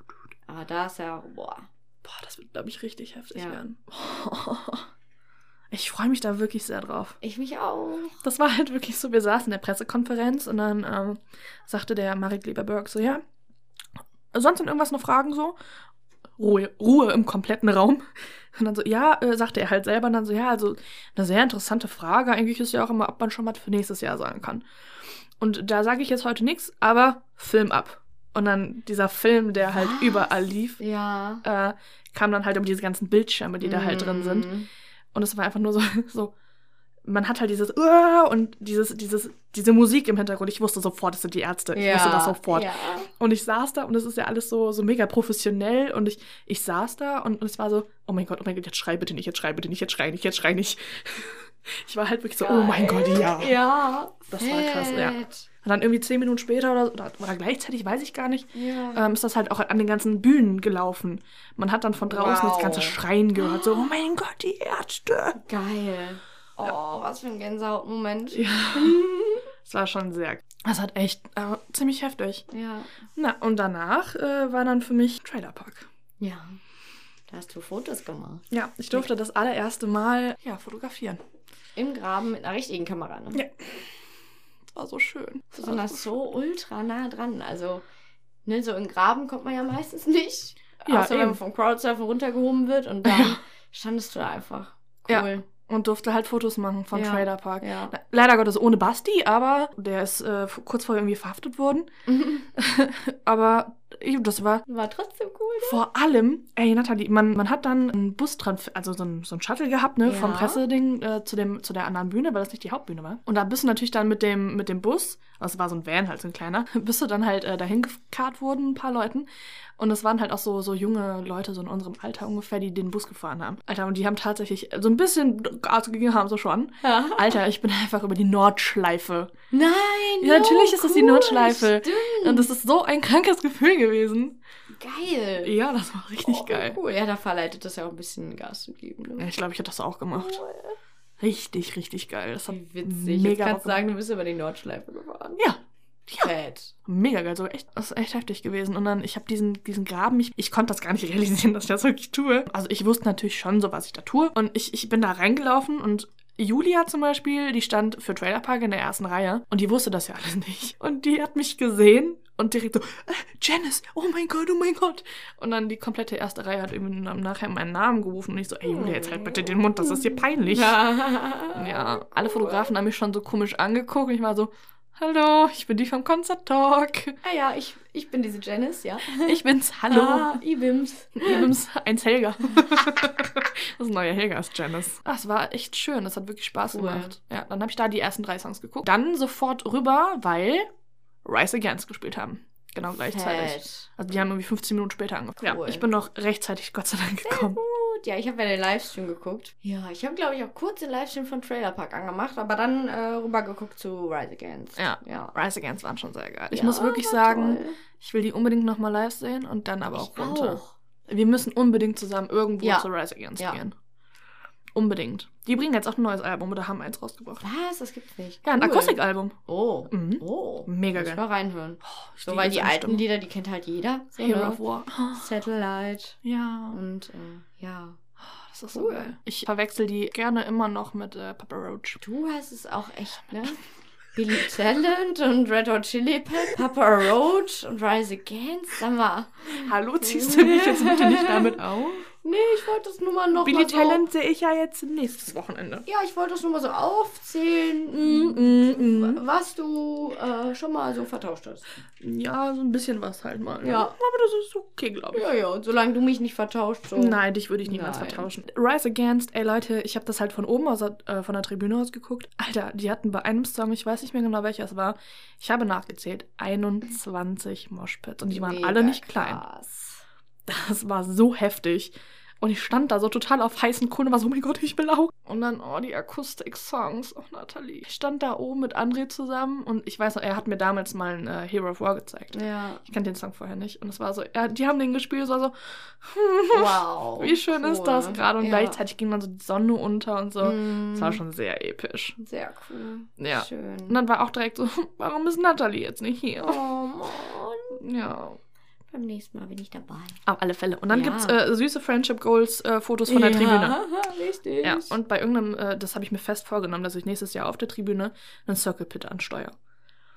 aber da ist ja, boah.
Boah, das wird, glaube ich, richtig heftig
Ja.
werden. Ich freue mich da wirklich sehr drauf.
Ich mich auch.
das war halt wirklich so, wir saßen in der Pressekonferenz und dann ähm, sagte der Marek Lieberberg so, ja, sonst noch irgendwas noch Fragen so? Ruhe, Ruhe im kompletten Raum. Und dann so, ja, äh, sagte er halt selber und dann so, ja, also eine sehr interessante Frage eigentlich ist ja auch immer, ob man schon was für nächstes Jahr sagen kann. Und da sage ich jetzt heute nichts, aber Film ab. Und dann dieser Film, der halt
Was?
überall lief,
Ja.
äh, kam dann halt um diese ganzen Bildschirme, die da halt drin sind.
Mhm.
Und es war einfach nur so, so man hat halt dieses "Uah" und dieses, dieses, diese Musik im Hintergrund. Ich wusste sofort, das sind die Ärzte. Ich wusste das sofort.
Ja.
Und ich saß da und es ist ja alles so, so mega professionell und ich, ich saß da und, und es war so, oh mein Gott, oh mein Gott, jetzt schrei bitte nicht, jetzt schrei bitte nicht, jetzt schrei nicht, jetzt schrei nicht. Ich war halt wirklich so, oh mein Gott, ja.
Ja.
Das war krass, ja.
Fett.
Und dann irgendwie zehn Minuten später oder, oder, oder gleichzeitig, weiß ich gar nicht,
Ja.
ähm, ist das halt auch an den ganzen Bühnen gelaufen. Man hat dann von draußen das
Wow.
ganze Schreien gehört, so, oh mein Gott, die Ärzte.
Geil. Oh, was für ein Gänsehautmoment. Ja.
Es war schon sehr. Es hat echt äh, ziemlich heftig.
ja.
Na, und danach äh, war dann für mich Trailer Park.
Da hast du Fotos gemacht.
Ja, ich durfte das allererste Mal ja, fotografieren.
Im Graben mit einer richtigen Kamera, ne?
Ja. Das war so schön.
Besonders so ultra nah dran. Also, ne, so in Graben kommt man ja meistens nicht.
Ja,
außer wenn
eben.
man vom Crowdsurfen runtergehoben wird und dann standest du da einfach.
Ja.
Cool.
Und durfte halt Fotos machen von
Ja.
Trailer Park.
Ja.
Na, Leider Gottes ohne Basti, aber der ist äh, f- kurz vorher irgendwie verhaftet worden. aber ich, das war
War trotzdem cool.
vor allem, ey Nathalie, man, man hat dann einen Bus dran, also so ein, so ein Shuttle gehabt, ne,
Ja.
vom Presseding äh, zu, dem, zu der anderen Bühne, weil das nicht die Hauptbühne war. Und da bist du natürlich dann mit dem, mit dem Bus, also es war so ein Van halt, so ein kleiner, bist du dann halt äh, dahin gekarrt worden, ein paar Leuten. Und das waren halt auch so, so junge Leute, so in unserem Alter ungefähr, die den Bus gefahren haben. Alter, und die haben tatsächlich äh, so ein bisschen Gas gegeben, haben sie schon.
Ja.
Alter, ich bin einfach über die Nordschleife.
Nein!
Ja, natürlich ist das die
cool,
Nordschleife.
Stimmt.
Und das ist so ein krankes Gefühl gewesen.
Geil.
Ja, das war richtig
Oh,
geil.
Cool. Ja, da verleitet das ja auch ein bisschen Gas zu geben.
Ja,
Ne?
Ich glaube, ich hätte das auch gemacht. Richtig, richtig geil. Das hat
Wie witzig. Jetzt
mega
kannst du
Bock
sagen, du bist über die Nordschleife gefahren.
gemacht. Ja,
Fett.
mega geil. So echt, das ist echt heftig gewesen. Und dann, ich habe diesen, diesen Graben, ich, ich konnte das gar nicht realisieren, dass ich das wirklich tue. Also ich wusste natürlich schon so, was ich da tue. Und ich, ich bin da reingelaufen und Julia zum Beispiel, die stand für Trailer Park in der ersten Reihe und die wusste das ja alles nicht. Und die hat mich gesehen und direkt so, äh, Janice, oh mein Gott, oh mein Gott. Und dann die komplette erste Reihe hat irgendwie im Nachhinein meinen Namen gerufen und ich so, ey Julia, jetzt halt bitte den Mund, das ist dir peinlich.
Ähm,
Ja, alle Fotografen haben mich schon so komisch angeguckt und ich war so, hallo, ich bin die vom Concert Talk.
Ah ja, ich, ich bin diese Janice, ja.
Ich bin's, hallo.
Ah, Ibims.
Übrigens, eins Helga. das neue Helga ist Janice. Ach, es war echt schön, das hat wirklich Spaß
Cool.
gemacht. Ja, dann habe ich da die ersten drei Songs geguckt. Dann sofort rüber, weil Rise Against gespielt haben. Genau gleichzeitig.
Fett.
Also die haben irgendwie 15 Minuten später angefangen. Ja,
Cool.
ich bin noch rechtzeitig Gott sei Dank gekommen.
Gut, ja, ich habe ja den Livestream geguckt. Ja, ich habe, glaube ich, auch kurz den Livestream von Trailer Park angemacht, aber dann äh, rübergeguckt zu Rise Against.
Ja.
ja.
Rise Against waren schon sehr geil. Ich
Ja,
muss wirklich
war
sagen,
toll.
ich will die unbedingt nochmal live sehen und dann aber auch
ich
runter.
auch.
Wir müssen unbedingt zusammen irgendwo
Ja.
zu Rise Against
Ja.
gehen. Unbedingt. Die bringen jetzt auch ein neues Album oder haben eins rausgebracht.
Was? Das gibt's nicht.
Ja, ein
Cool.
Akustikalbum.
Oh.
Mhm.
Oh.
Mega
Muss ich
geil.
mal reinhören.
Oh,
So, weil die alten Lieder, die kennt halt jeder. So,
Hero
ne?
of War.
Satellite
Ja.
und äh, ja.
Das Das ist so
Cool.
geil. Ich verwechsel die gerne immer noch mit äh, Papa Roach.
Du hast es auch echt, ne? Billy Talent und Red Hot Chili Peppers, Papa Roach und Rise Against. Sag mal.
Hallo, ziehst du mich jetzt bitte nicht damit auf?
Nee, ich wollte das nur mal noch
Billy
mal so,
Talent sehe ich ja jetzt nächstes Wochenende.
Ja, ich wollte das nur mal so aufzählen,
Mm,
wa- was du äh, schon mal so vertauscht hast.
Ja, so ein bisschen was halt mal.
Ja.
Aber das ist okay, glaube ich.
Ja, ja, und solange du mich nicht vertauscht, so.
Nein, dich würde ich niemals
Nein.
vertauschen. Rise Against, ey Leute, ich habe das halt von oben aus, äh, von der Tribüne aus geguckt. Alter, die hatten bei einem Song, ich weiß nicht mehr genau welcher es war, ich habe nachgezählt, 21 Moshpits und die waren alle
Mega
nicht klein.
krass.
Das war so heftig. Und ich stand da so total auf heißen Kohlen und war so, oh mein Gott, ich will auch. Und dann, oh, die Akustik-Songs, oh, Nathalie. Ich stand da oben mit André zusammen und ich weiß noch, er hat mir damals mal ein äh, Hero of War gezeigt.
Ja.
Ich kannte den Song vorher nicht. Und es war so, ja, die haben den gespielt, es war so,
Wow.
wie schön ist
cool.
das gerade? Und
ja.
gleichzeitig ging dann so die Sonne unter und so.
Mm,
Das war schon sehr episch.
Sehr cool.
Ja.
Schön.
Und dann war auch direkt so, warum ist Natalie jetzt nicht hier?
oh Mann.
Ja.
Beim nächsten Mal bin ich dabei.
Auf alle Fälle. Und dann
Ja.
gibt's äh, süße Friendship Goals äh, Fotos von der Tribüne.
Richtig.
Ja, und bei irgendeinem, äh, das habe ich mir fest vorgenommen, dass ich nächstes Jahr auf der Tribüne einen Circle Pit ansteuere.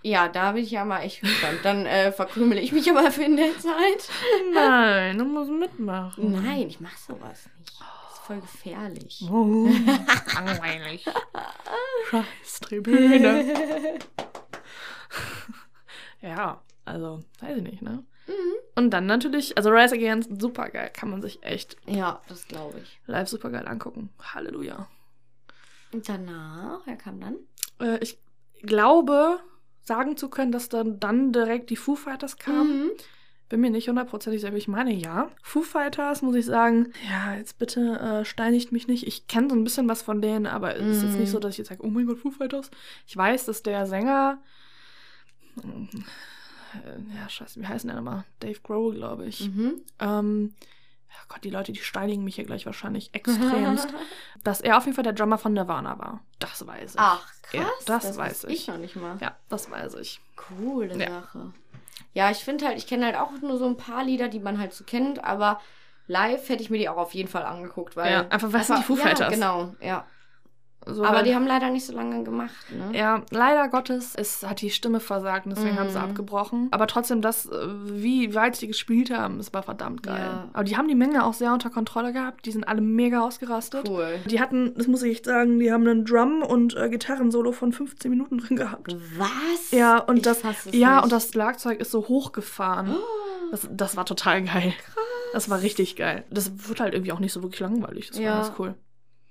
ja, da bin ich ja mal echt gespannt. Dann äh, verkrümel ich mich aber für in der Zeit.
Nein, du musst mitmachen.
Nein, ich mach sowas nicht. Das ist voll gefährlich.
Oh, langweilig. Scheiß Tribüne. ja, also, weiß ich nicht, ne? Und dann natürlich, also Rise Against, super geil, kann man sich echt
Ja, das glaube ich.
live super geil angucken. Halleluja.
Und danach, wer kam dann?
Äh, ich glaube, sagen zu können, dass dann, dann direkt die Foo Fighters kamen. Bin mir nicht hundertprozentig sicher, aber ich meine ja. Foo Fighters, muss ich sagen, ja, jetzt bitte äh, steinigt mich nicht. Ich kenne so ein bisschen was von denen, aber es ist jetzt
Mhm.
nicht so, dass ich jetzt sage, oh mein Gott, Foo Fighters. Ich weiß, dass der Sänger, ähm, äh, ja, scheiße, wie heißt denn der nochmal? Dave Grohl, glaube ich.
Mhm.
Ähm, ja Gott, die Leute, die steinigen mich hier gleich wahrscheinlich extremst. dass er auf jeden Fall der Drummer von Nirvana war. Das weiß ich.
Ach, krass.
Ja, das weiß
wusste
ich.
ich noch nicht mal.
Ja, das weiß ich.
Coole
Ja.
Sache. Ja, ich finde halt, ich kenne halt auch nur so ein paar Lieder, die man halt so kennt, aber live hätte ich mir die auch auf jeden Fall angeguckt, weil.
Ja, einfach, was sind die Foo
Ja,
Fighters?
genau, ja.
So
Aber
halt-
die haben leider nicht so lange gemacht, ne?
Ja, leider Gottes, es hat die Stimme versagt und deswegen
Mhm.
haben sie abgebrochen. Aber trotzdem, das, äh, wie weit sie gespielt haben, es war verdammt geil.
Ja.
Aber die haben die Menge auch sehr unter Kontrolle gehabt. Die sind alle mega ausgerastet.
Cool.
Die hatten, das muss ich echt sagen, die haben einen Drum- und äh, Gitarrensolo von 15 Minuten drin gehabt.
Was?
Ja, und
Ich
das-
fass
Ja,
es nicht. Ah.
und das Schlagzeug ist so hochgefahren. Das, das war total geil. Das war richtig geil. Das wurde halt irgendwie auch nicht so wirklich langweilig. Das
Ja.
war ganz cool.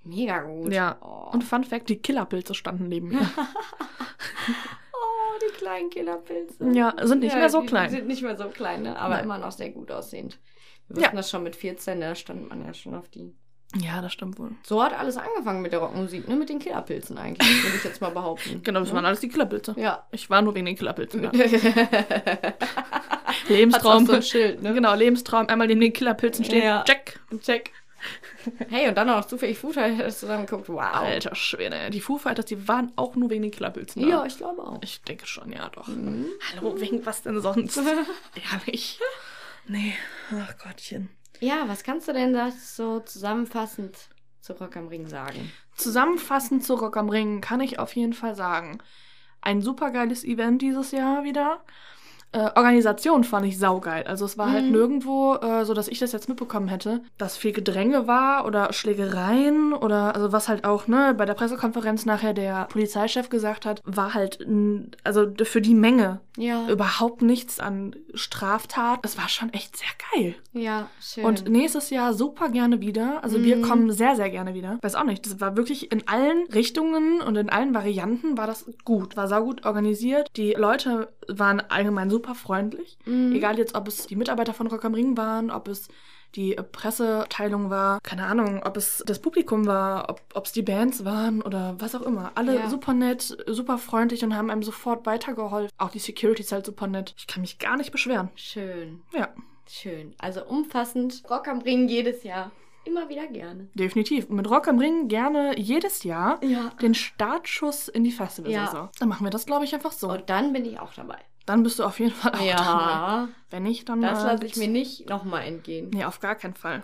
Mega gut.
Ja.
Oh,
Und Fun Fact, die Killerpilze standen neben mir.
oh die kleinen Killerpilze.
ja, sind nicht
Ja,
mehr so
die
klein.
Sind nicht mehr so klein, ne? aber
Nein.
immer noch sehr gut aussehend. Wir
Ja.
wussten das schon mit 14, da stand man ja schon auf die.
Ja, das stimmt wohl.
So hat alles angefangen mit der Rockmusik, ne? Mit den Killerpilzen eigentlich, würde ich jetzt mal behaupten.
Genau, das
ne?
waren alles die Killerpilze.
Ja.
Ich war nur wegen den Killerpilzen. da.
Hat's auch
Lebenstraum.
so ein Schild, ne?
Genau, Lebenstraum. Einmal neben den Killerpilzen stehen.
Ja.
Check.
Check. Hey, und dann auch noch zufällig Futter zusammengeguckt. Wow.
Alter Schwede. Die Foo Fighters, die waren auch nur wegen den Killerpilzen. da.
Ja, ich Mhm. glaube auch.
Ich denke schon, ja, doch. Hallo, wegen was denn sonst? Ehrlich. Nee, ach Gottchen.
Ja, was kannst du denn das so zusammenfassend zu Rock am Ring sagen?
Zusammenfassend zu Rock am Ring kann ich auf jeden Fall sagen, ein supergeiles Event dieses Jahr wieder. Äh, Organisation fand ich saugeil. Also es war halt
Mhm.
nirgendwo, äh, so dass ich das jetzt mitbekommen hätte, dass viel Gedränge war oder Schlägereien oder also was halt auch ne bei der Pressekonferenz nachher der Polizeichef gesagt hat, war halt n- also d- für die Menge
Ja.
überhaupt nichts an Straftat. Es war schon echt sehr geil.
Ja, schön.
Und nächstes Jahr super gerne wieder. Also wir
Mhm.
kommen sehr, sehr gerne wieder. Weiß auch nicht, das war wirklich in allen Richtungen und in allen Varianten war das gut. War saugut organisiert. Die Leute waren allgemein super freundlich.
Mhm.
Egal jetzt, ob es die Mitarbeiter von Rock am Ring waren, ob es die äh, Presseteilung war, keine Ahnung, ob es das Publikum war, ob ob es die Bands waren oder was auch immer. Alle
Ja.
super nett, super freundlich und haben einem sofort weitergeholfen. Auch die Security ist halt super nett. Ich kann mich gar nicht beschweren.
Schön,
Ja.
schön. Also umfassend Rock am Ring jedes Jahr. Immer wieder gerne.
Definitiv. Mit Rock am Ring gerne jedes Jahr
Ja.
den Startschuss in die Festivalsaison. Dann machen wir das, glaube ich, einfach so.
Und dann bin ich auch dabei.
Dann bist du auf jeden Fall auch dabei.
ja.
Wenn nicht, dann... äh,
Das lasse ich
gibt's-
mir nicht nochmal entgehen.
Nee, auf gar keinen Fall.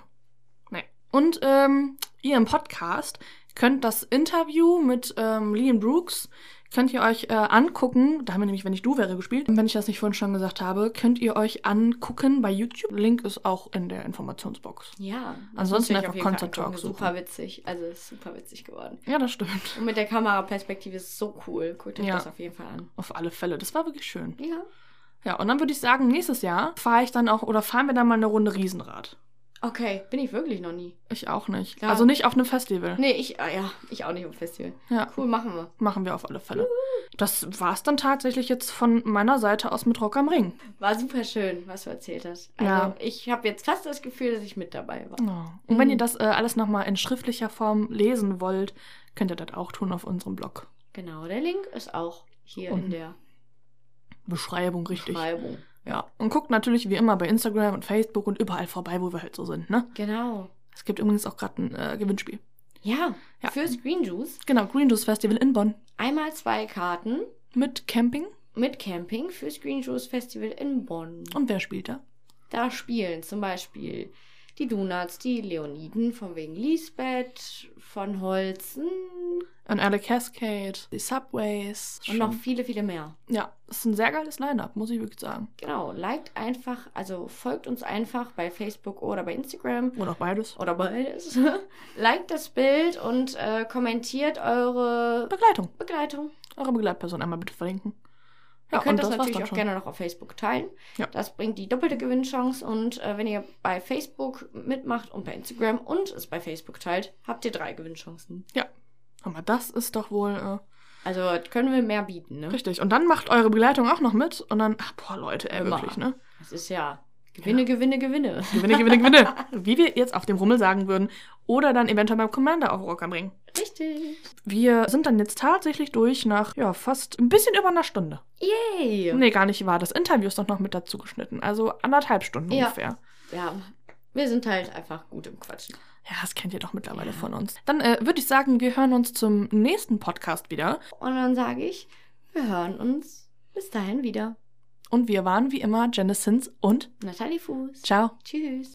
Nee. Und ähm, ihr im Podcast könnt das Interview mit ähm, Liam Brooks könnt ihr euch äh, angucken, da haben wir nämlich, wenn ich du wäre, gespielt, wenn ich das nicht vorhin schon gesagt habe, könnt ihr euch angucken bei YouTube. Link ist auch in der Informationsbox.
Ja. das
Ansonsten
muss ich
einfach
auf jeden Fall
Content
angucken.
Talk suchen.
Super witzig. Also ist super witzig geworden.
Ja, das stimmt.
Und mit der Kameraperspektive ist es so cool. Guckt euch
Ja.
das auf jeden Fall an.
Auf alle Fälle. Das war wirklich schön.
Ja.
Ja, und dann würde ich sagen, nächstes Jahr fahre ich dann auch oder fahren wir dann mal eine Runde Riesenrad.
Okay, bin ich wirklich noch nie.
Ich auch nicht.
Klar.
Also nicht auf einem Festival.
Nee, ich, ah, ja, ich auch nicht im Festival.
Ja,
Cool, machen wir.
machen wir auf alle Fälle. Das war's dann tatsächlich jetzt von meiner Seite aus mit Rock am Ring.
War super schön, was du erzählt hast. Also
Ja.
ich habe jetzt fast das Gefühl, dass ich mit dabei war.
Und wenn
Mhm.
ihr das äh, alles nochmal in schriftlicher Form lesen wollt, könnt ihr das auch tun auf unserem Blog.
Genau, der Link ist auch hier
Unten.
in der
Beschreibung richtig.
Beschreibung.
Ja. Und guckt natürlich wie immer bei Instagram und Facebook und überall vorbei, wo wir halt so sind, ne?
Genau.
Es gibt übrigens auch gerade ein äh, Gewinnspiel.
Ja,
Ja.
fürs Green Juice
Genau, Green Juice Festival in Bonn.
einmal zwei Karten
Mit Camping.
mit Camping fürs Green Juice Festival in Bonn.
Und wer spielt da?
Da spielen zum Beispiel die Donuts, die Leoniden, von wegen Lisbeth, von Holzen
Und Alec Cascade, die Subways.
und noch viele, viele mehr.
Ja, ist ein sehr geiles Line-Up, muss ich wirklich sagen.
Genau, liked einfach, also folgt uns einfach bei Facebook oder bei Instagram
Oder auch beides.
oder beides. liked das Bild und äh, kommentiert eure
Begleitung.
Begleitung.
Eure Begleitperson einmal bitte verlinken.
Ihr
und
könnt das,
war's
natürlich
dann
auch
schon.
gerne noch auf Facebook teilen.
Ja.
Das bringt die doppelte Gewinnchance. Und äh, wenn ihr bei Facebook mitmacht und bei Instagram und es bei Facebook teilt, habt ihr drei Gewinnchancen.
Aber das ist doch wohl äh,
Also das können wir mehr bieten, ne?
richtig. Und dann macht eure Begleitung auch noch mit und dann, ach, boah, Leute, ey,
Immer.
wirklich, ne?
Das ist ja Gewinne,
Genau.
Gewinne, Gewinne.
Gewinne, gewinne, gewinne. Wie wir jetzt auf dem Rummel sagen würden. Oder dann eventuell beim Commander auf Rock am Ring.
Richtig.
Wir sind dann jetzt tatsächlich durch nach, ja, fast ein bisschen über einer Stunde.
Yay!
Nee, gar nicht wahr. Das Interview ist doch noch mit dazu geschnitten. Also anderthalb Stunden
Ja.
ungefähr.
Ja, wir sind halt einfach gut im Quatschen.
Ja, das kennt ihr doch mittlerweile
Ja.
von uns. Dann äh, würde ich sagen, wir hören uns zum nächsten Podcast wieder.
Und dann sage ich, wir hören uns bis dahin wieder.
Und wir waren wie immer Jennison und
Nathalie Fuß.
ciao.
Tschüss.